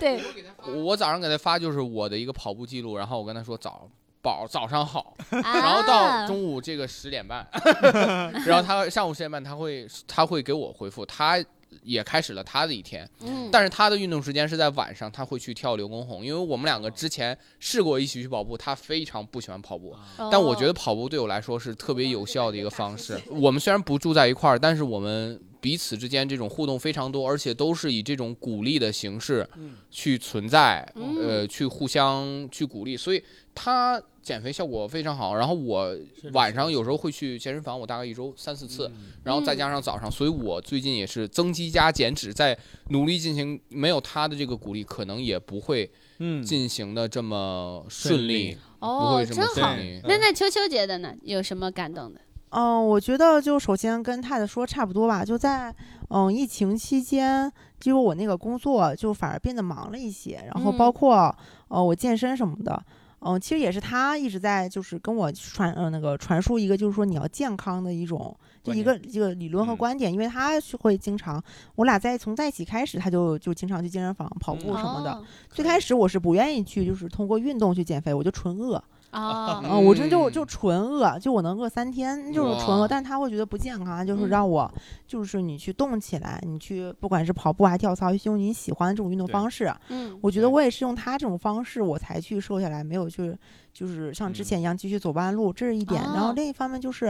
对，我我早上给他发就是我的一个跑步记录，然后我跟他说早宝早上好，然然后到中午这个十点半， 然后他上午十点半他会他会给我回复，他也开始了他的一天，嗯，但是他的运动时间是在晚上，他会去跳刘畊宏，因为我们两个之前试过一起去跑步，他非常不喜欢跑哦步，哦但我觉得跑步对我来说是特别有效的一个方式。我们虽然不住在一块儿，但是我们彼此之间这种互动非常多，而且都是以这种鼓励的形式嗯去存在，嗯呃，去互相去鼓励，所以他减肥效果非常好。然后我晚上有时候会去健身房，我大概一周三四嗯次，嗯然后再加上早上，所以我最近也是增肌加减脂，在努力进行。没有他的这个鼓励，可能也不会嗯，进行的这么顺顺利利，不哦会，这真么好。顺利。那那秋秋觉得呢？有什么感动的？嗯，我觉得就首先跟太太说差不多吧，就在嗯疫情期间，就我那个工作就反而变得忙了一些，然后包嗯括、呃我健身什么的，嗯、其实也是他一直在就是跟我传呃那个传输一个就是说你要健康的一种就观一个这个理论和嗯观点，因为他是会经常我俩在从在一起开始，他就就经常去健身房跑步嗯什么的。哦最开始我是不愿意去，就是通过运动去减肥，我就纯饿，啊 嗯，我真就嗯就纯饿，就我能饿三天，就是纯哇饿，但是他会觉得不健康，啊就是嗯让我，就是你去动起来，你去不管是跑步啊、跳操，用你喜欢的这种运动对方式，啊嗯，我觉得对我也是用他这种方式，我才去瘦下来，没有去就是像嗯之前一样继续走弯路，这是一点。然啊后另一方面就是，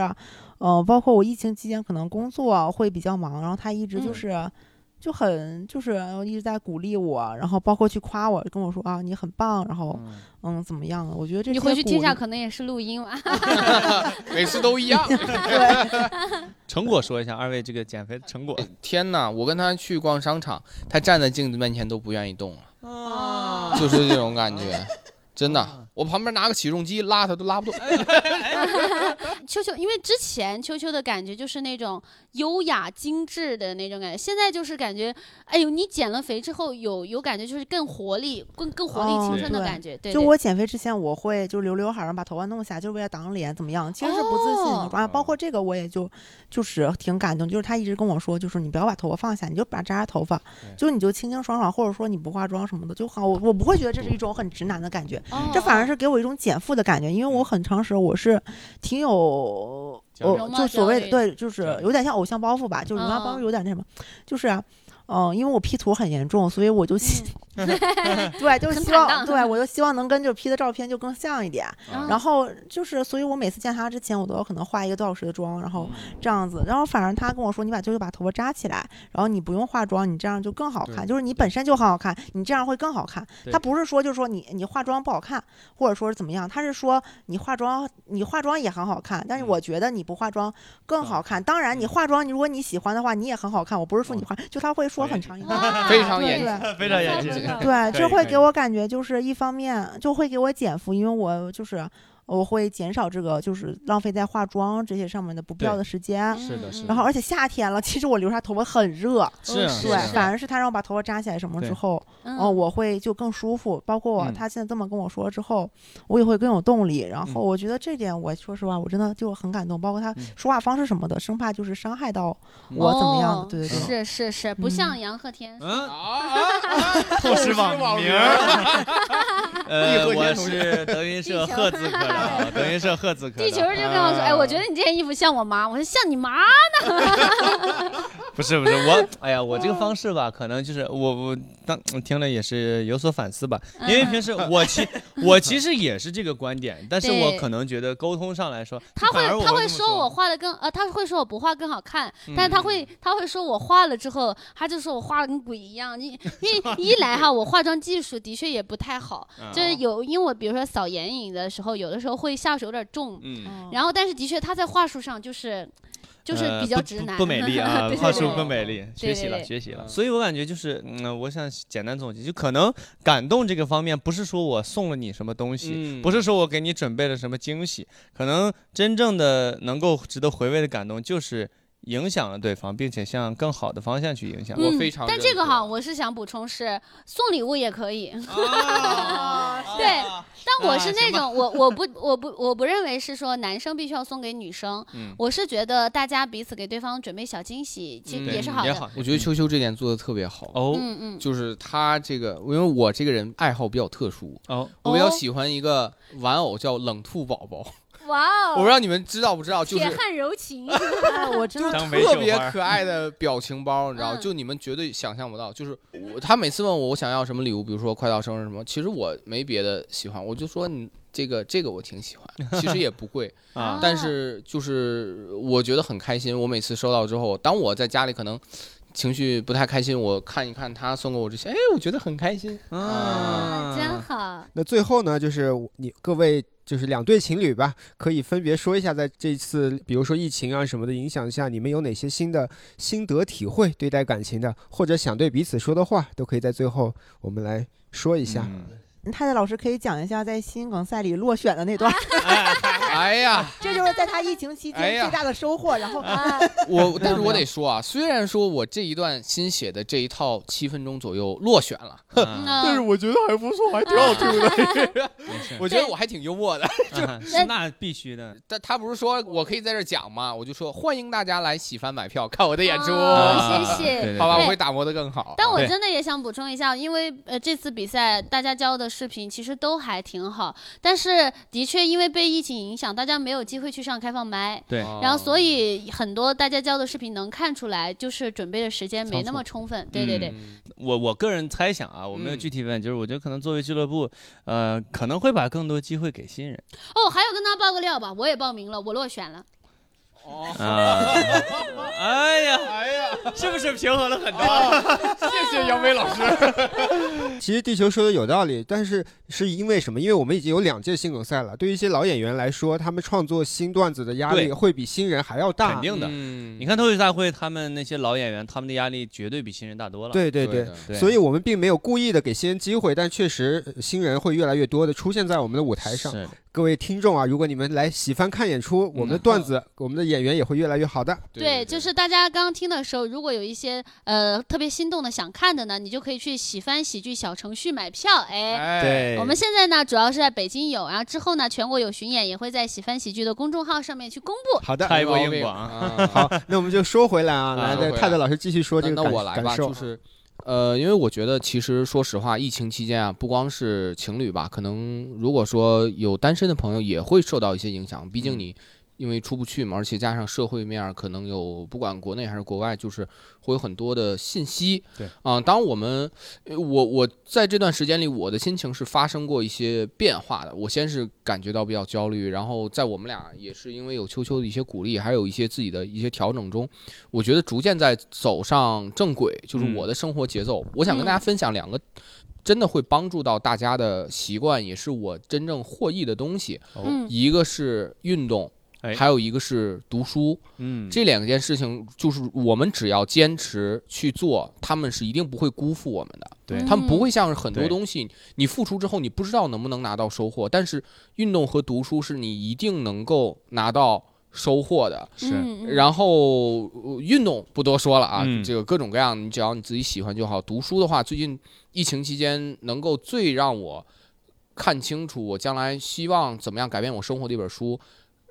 呃，包括我疫情期间可能工作啊会比较忙，然后他一直嗯就是。就很就是呃一直在鼓励我，然后包括去夸我，跟我说啊你很棒，然后嗯嗯怎么样了？我觉得这你回些去鼓听一下，励可能也是录音啊 吧。每次都一样。 成果说一下，二位这个减肥的成嗯果天哪！我跟他去逛商场，他站在镜子面前都不愿意动了，哦啊就是这种感觉，真的。我旁边拿个起重机拉他都拉不动。秋秋，因为之前秋秋的感觉就是那种优雅精致的那种感觉，现在就是感觉，哎呦，你减了肥之后有有感觉，就是更活力、更更活力哦青春的对感觉。对，就对我减肥之前，我会就留刘海儿，然后把头发弄下，就是为了挡脸，怎么样？其实是不自信哦的啊。包括这个，我也就就是挺感动，就是他一直跟我说，就是你不要把头发放下，你就把扎扎头发，就你就清清爽爽，或者说你不化妆什么的就好。我我不会觉得这是一种很直男的感觉，哦这反而哦是给我一种减负的感觉，因为我很长时候我是挺有。嗯焦虑我容貌就所谓的焦对，就是焦虑有点像偶像包袱吧，就是容貌包嗯袱有点那什么，就是、啊，嗯、因为我 P 图很严重，所以我就希 对，就嗯很希坦望荡对我就希望能跟就 P 的照片就更像一点。啊然后就是，所以我每次见他之前，我都有可能化一个多小时的妆，然后这样子。然后反而他跟我说，你把就是把头发扎起来，然后你不用化妆，你这样就更好看，就是你本身就很好看，你这样会更好看。对他不是说就是说你你化妆不好看，或者说是怎么样，他是说你化妆你化妆也很好看，但是嗯我觉得你不化妆更好看。当然，你嗯化妆，你如果你喜欢的话，你也很好看。我不是说你嗯化，就他会说很长一段。哇非常对严谨非常严非谨。常对，可这以会可以给我感觉就是一方面就会给我减负，因为我就是我会减少这个就是浪费在化妆这些上面的不必要对的时间。是的是的然后而且夏天了，其实我留下头发很热，是啊是对，反而是他让我把头发扎起来什么对之后，嗯哦，我会就更舒服。包括我嗯他现在这么跟我说之后，我也会更有动力。然后我觉得这点，我说实话，我真的就很感动。包括他嗯说话方式什么的，生怕就是伤害到我怎么样哦的。对对是对。是是，不像杨鹤天。嗯，透啊 透视网 名儿。呃，我是德云地社球赫兹 科长，德云社赫兹科长。地球人就跟我说：“哎，啊我觉得你这件衣服像我妈。”我说：“像你妈不是不是我，哎呀，我这个方式嗯吧，可能就是我我当听了也是有所反思吧，因嗯为平时我 其我其实也是这个观点，但是我对可能觉得沟通上来说，他反而会我他会会这么嗯说我画的更呃，他会说我不画更好看，但是他会他会说我画了之后，他就说我画的跟鬼一样。 你因为一来哈，我化妆技术的确也不太好，嗯就是有因为我比如说扫眼影的时候，有的时候会下手有点重，嗯，然后但是的确他在话术上就是就是呃比较不直男，不不美 丽啊对，对话对术不美丽，学对习了对学习了。嗯所以我感觉就是，嗯，我想简单总结，就可能感动这个方面，不是说我送了你什么东西，嗯不是说我给你准备了什么惊喜，可能真正的能够值得回味的感动，就是影响了对方，并且向更好的方向去影响。我嗯非常但认这个可哈，我是想补充是送礼物也可 以，啊对但我是那种我我不我不我不认为是说男生必须要送给女生，嗯我是觉得大家彼此给对方准备小惊喜，其嗯实对也是好的。也好，我觉得秋秋这点做的特别好，哦嗯嗯，就是他这个，因为我这个人爱好比较特殊，哦，我比较哦喜欢一个玩偶叫冷兔宝宝，哇哦 我不知道你们知道不知道，就是啊铁汉柔情，哎，我真的当美嗯特酒别花儿可爱的表情包，你知道，嗯就你们绝对想象不到。就是我，他每次问我我想要什么礼物，比如说快到生日什么，其实我没别的喜欢，我就说你这个这个我挺喜欢，其实也 不贵，哦啊，但是就是我觉得很开心。我每次收到之后，当我在家里可能情绪不太开心，我看一看他送给我这些，哎，我觉得很开心。啊真好。那最后呢，就是你各位就是两对情侣吧，可以分别说一下，在这次比如说疫情啊什么的影响下，你们有哪些新的心得体会对待感情的，或者想对彼此说的话，都可以在最后我们来 说一下。嗯太太老师可以讲一下在新梗赛里落选的那段。哎哎呀， 这就是在他疫情期哎呀间最大的收获。然嗯后啊，我但是没有我得说啊，虽然说我这一段新写的这一套七分钟左右落选了，嗯但我觉得还不错，啊还挺好听的。没事，我觉得我还挺幽默 的。嗯是那必须的。但他不是说我可以在这儿讲吗？我就说欢迎大家来喜番买票看我的演啊出，哦谢对谢。对好吧，对我会打磨的更好。但我对真的也想补充一下，因为呃这次比赛大家教的视频其实都还挺好，但是的确因为被疫情影响，大家没有机会去上开放麦。对，哦然后，所以很多大家教的视频能看出来，就是准备的时间没那么充分。对对对，嗯我我个人猜想啊，我没有嗯具体问，就是我觉得可能作为俱乐部，呃，可能会把更多机会给新人哦，还有跟大家爆个料吧，我也报名了，我落选了。啊。哎呀，哎呀，是不是平衡了很多？谢谢杨威老师。其实地球说的有道理，但是是因为什么？因为我们已经有两届新梗赛了，对于一些老演员来说，他们创作新段子的压力对会比新人还要大。 肯定的。嗯你看脱口秀大会，他们那些老演员，他们的压力绝对比新人大多了。对对对对的，对，所以我们并没有故意的给新人机会，但确实呃新人会越来越多的出现在我们的舞台上。是各位听众啊，如果你们来喜欢看演出，我们的段子、我们的演员也会越来越好的。对，就是大家刚刚听的时候，如果有一些呃特别心动的想看的呢，你就可以去喜翻喜剧小程序买票。哎，哎，我们现在呢主要是在北京有，然后之后呢全国有巡演，也会在喜翻喜剧的公众号上面去公布。好的，太没过毛硬病广啊好，那我们就说回来 啊，啊来，说回对来泰德老师继续说这个那感那我来吧，感受啊就。是，呃，因为我觉得其实说实话，疫情期间啊，不光是情侣吧，可能如果说有单身的朋友也会受到一些影响，毕竟嗯你。因为出不去嘛，而且加上社会面儿可能有，不管国内还是国外，就是会有很多的信息。对啊、当我们呃我我在这段时间里，我的心情是发生过一些变化的。我先是感觉到比较焦虑，然后在我们俩也是因为有秋秋的一些鼓励，还有一些自己的一些调整中，我觉得逐渐在走上正轨，就是嗯我的生活节奏。我想跟大家分享两个。真的会帮助到大家的习惯，也是我真正获益的东西。嗯，一个是运动，哎还有一个是读书。嗯，这两件事情，就是我们只要坚持去做，他们是一定不会辜负我们的。对他们嗯不会像是很多对东西，你付出之后你不知道能不能拿到收获，但是运动和读书是你一定能够拿到收获的。是嗯，嗯然后呃运动不多说了啊，嗯这个各种各样，你只要你自己喜欢就好。读书的话，最近疫情期间能够最让我看清楚我将来希望怎么样改变我生活的一本书，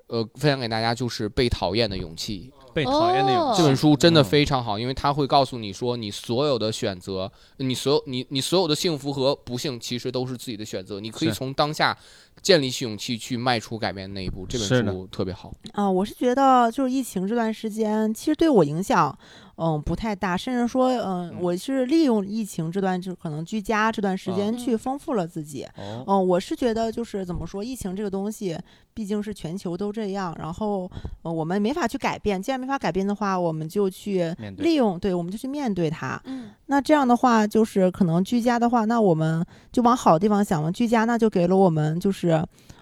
呃，分享给大家就是《被讨厌的勇气》。被讨厌的勇哦这本书真的嗯非常好，因为它会告诉你说，你所有的选择，你所有你你所有的幸福和不幸，其实都是自己的选择。你可以是从当下建立起勇气去迈出改变那一步。这是本的书特别好。啊、我是觉得就是疫情这段时间，其实对我影响，嗯，不太大，甚至说，嗯，我是利用疫情这段，就可能居家这段时间嗯去丰富了自己。哦，嗯，我是觉得就是怎么说，疫情这个东西毕竟是全球都这样，然后呃，我们没法去改变，既然没法改变的话，我们就去面对利用，对，我们就去面对它。嗯那这样的话，就是可能居家的话，那我们就往好的地方想嘛，居家那就给了我们就是。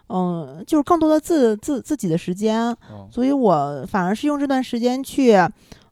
嗯，就是更多的自自自己的时间，哦所以我反而是用这段时间去，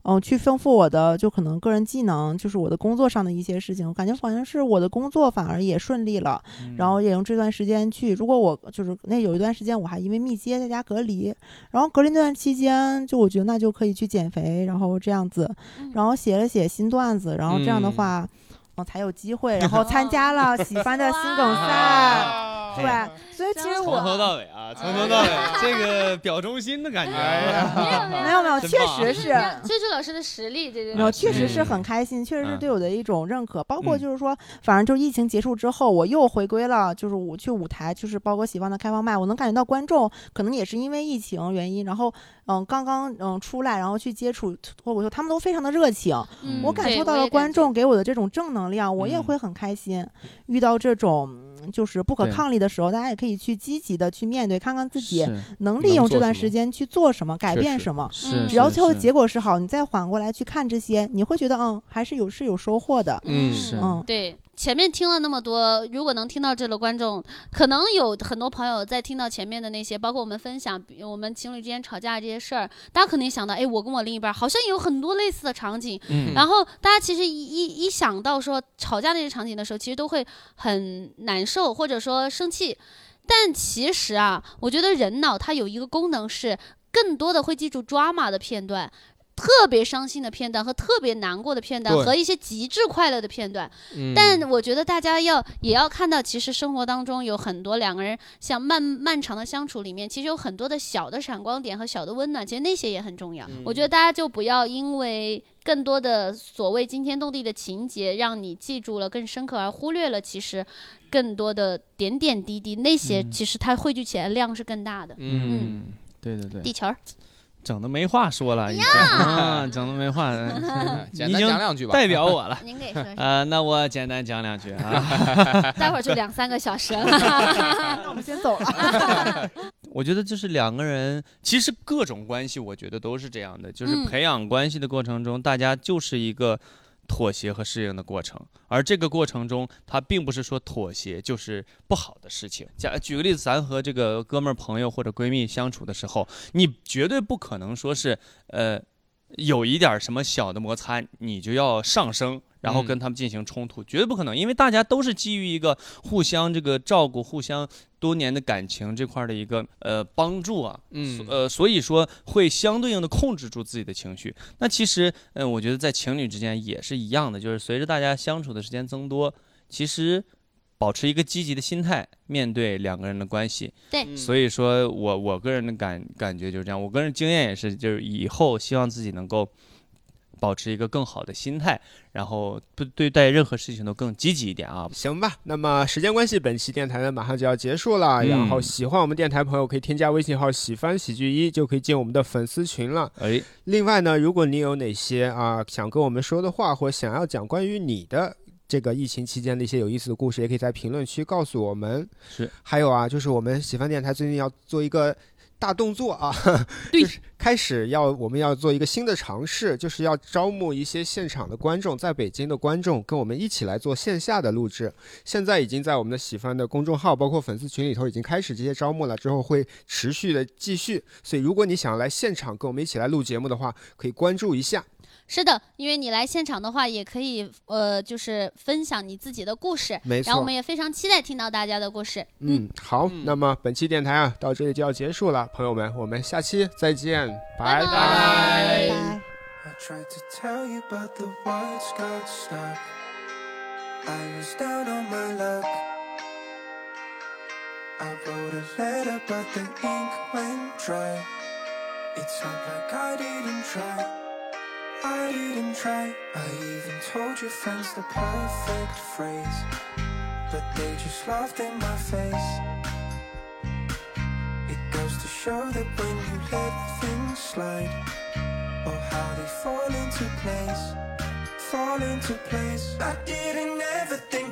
嗯、去丰富我的就可能个人技能，就是我的工作上的一些事情。我感觉好像是我的工作反而也顺利了，嗯然后也用这段时间去，如果我就是那有一段时间我还因为密接在家隔离，然后隔离那段期间，就我觉得那就可以去减肥，然后这样子，嗯然后写了写新段子，然后这样的嗯话，我、才有机会，然后哦参加了喜欢的新 梗赛，啊对，所以其实真我哎从头到尾啊，从头到尾，这个表忠心的感觉啊。没嗯有没有没有没有，真确棒实你是。看这就是老师的实力，这没有，个确实是嗯很开心，确实是嗯对我的一种认可。包括嗯就是说，反正就疫情结束之后，我又回归了，就是我去舞台，就是包括喜欢的开放麦，我能感觉到观众可能也是因为疫情原因，然后嗯，刚刚嗯出来，然后去接触脱口秀，他们都非常的热情，嗯我感对受到我也了观觉众给我的这种正能量，我也嗯会很开心。遇到这种嗯就是不可对抗力的时候，大家也可以去积极的去面对，看看自己是嗯能利能用做这段什么时间去做什么，改确变实什么。嗯是，嗯只要最后是结果是好，你再缓过来去看这些，你会觉得嗯，还是有是有收获的。嗯是嗯，对，前面听了那么多，如果能听到这的观众，可能有很多朋友在听到前面的那些，包括我们分享比我们情侣之间吵架这些事儿，大家肯定想到，哎，我跟我另一半儿好像有很多类似的场景。嗯然后大家其实一一一想到说吵架那些场景的时候，其实都会很难受，或者说生气。但其实啊，我觉得人脑它有一个功能是更多的会记住 drama 的片段。特别伤心的片段和特别难过的片段，对和一些极致快乐的片段，嗯但我觉得大家要也要看到，其实生活当中有很多两个人像漫漫长的相处里面，其实有很多的小的闪光点和小的温暖，其实那些也很重要。我觉得大家就不要因为更多的所谓惊天动地的情节，让你记住了更深刻，而忽略了其实更多的点点滴滴，那些嗯其实它汇聚起来量是更大的。嗯，嗯，对对对地，球儿，整的没话说了，已经啊，整的没话，哎 简已单经讲两句吧。代表我了。您给说 说，呃，那我简单讲两句啊。待会儿就两三个小时了。 那我们先走了。我觉得就是两个人，其实各种关系，我觉得都是这样的，就是嗯培养关系的过程中，大家就是一个妥协和适应的过程。而这个过程中，它并不是说妥协就是不好的事情。假举个例子，咱和这个哥们儿、朋友或者闺蜜相处的时候，你绝对不可能说是呃有一点儿什么小的摩擦，你就要上升。然后跟他们进行冲突，绝对不可能，因为大家都是基于一个互相这个照顾、互相多年的感情这块儿的一个呃帮助啊，嗯所呃，所以说会相对应的控制住自己的情绪。那其实，嗯、我觉得在情侣之间也是一样的，就是随着大家相处的时间增多，其实保持一个积极的心态面对两个人的关系。嗯对所以说我我个人的感感觉就是这样，我个人经验也是，就是以后希望自己能够。保持一个更好的心态，然后对对待任何事情都更积极一点啊！行吧，那么时间关系，本期电台呢马上就要结束了。嗯然后喜欢我们电台朋友可以添加微信号“喜番喜剧一”，就可以进我们的粉丝群了。哎，另外呢，如果你有哪些啊想跟我们说的话，或想要讲关于你的这个疫情期间的一些有意思的故事，也可以在评论区告诉我们。是，还有啊，就是我们喜番电台最近要做一个大动作啊，就是开始要我们要做一个新的尝试，就是要招募一些现场的观众，在北京的观众跟我们一起来做线下的录制。现在已经在我们的喜番的公众号，包括粉丝群里头已经开始这些招募了，之后会持续的继续。所以如果你想来现场跟我们一起来录节目的话，可以关注一下。是的，因为你来现场的话，也可以呃，就是分享你自己的故事，没然后我错们，也非常期待听到大家的故事。嗯，好，嗯那么本期电台啊到这里就要结束了，朋友们，我们下期再见，拜拜拜拜拜。 I tried to tell you, but the words got stuck. I was down on my luck. I wrote a letter, but the ink went dry. It's not like I didn't try. I didn't try. I even told your friends the perfect phrase, but they just laughed in my face. It goes to show that when you let things slide or how they fall into place, fall into place. I didn't ever think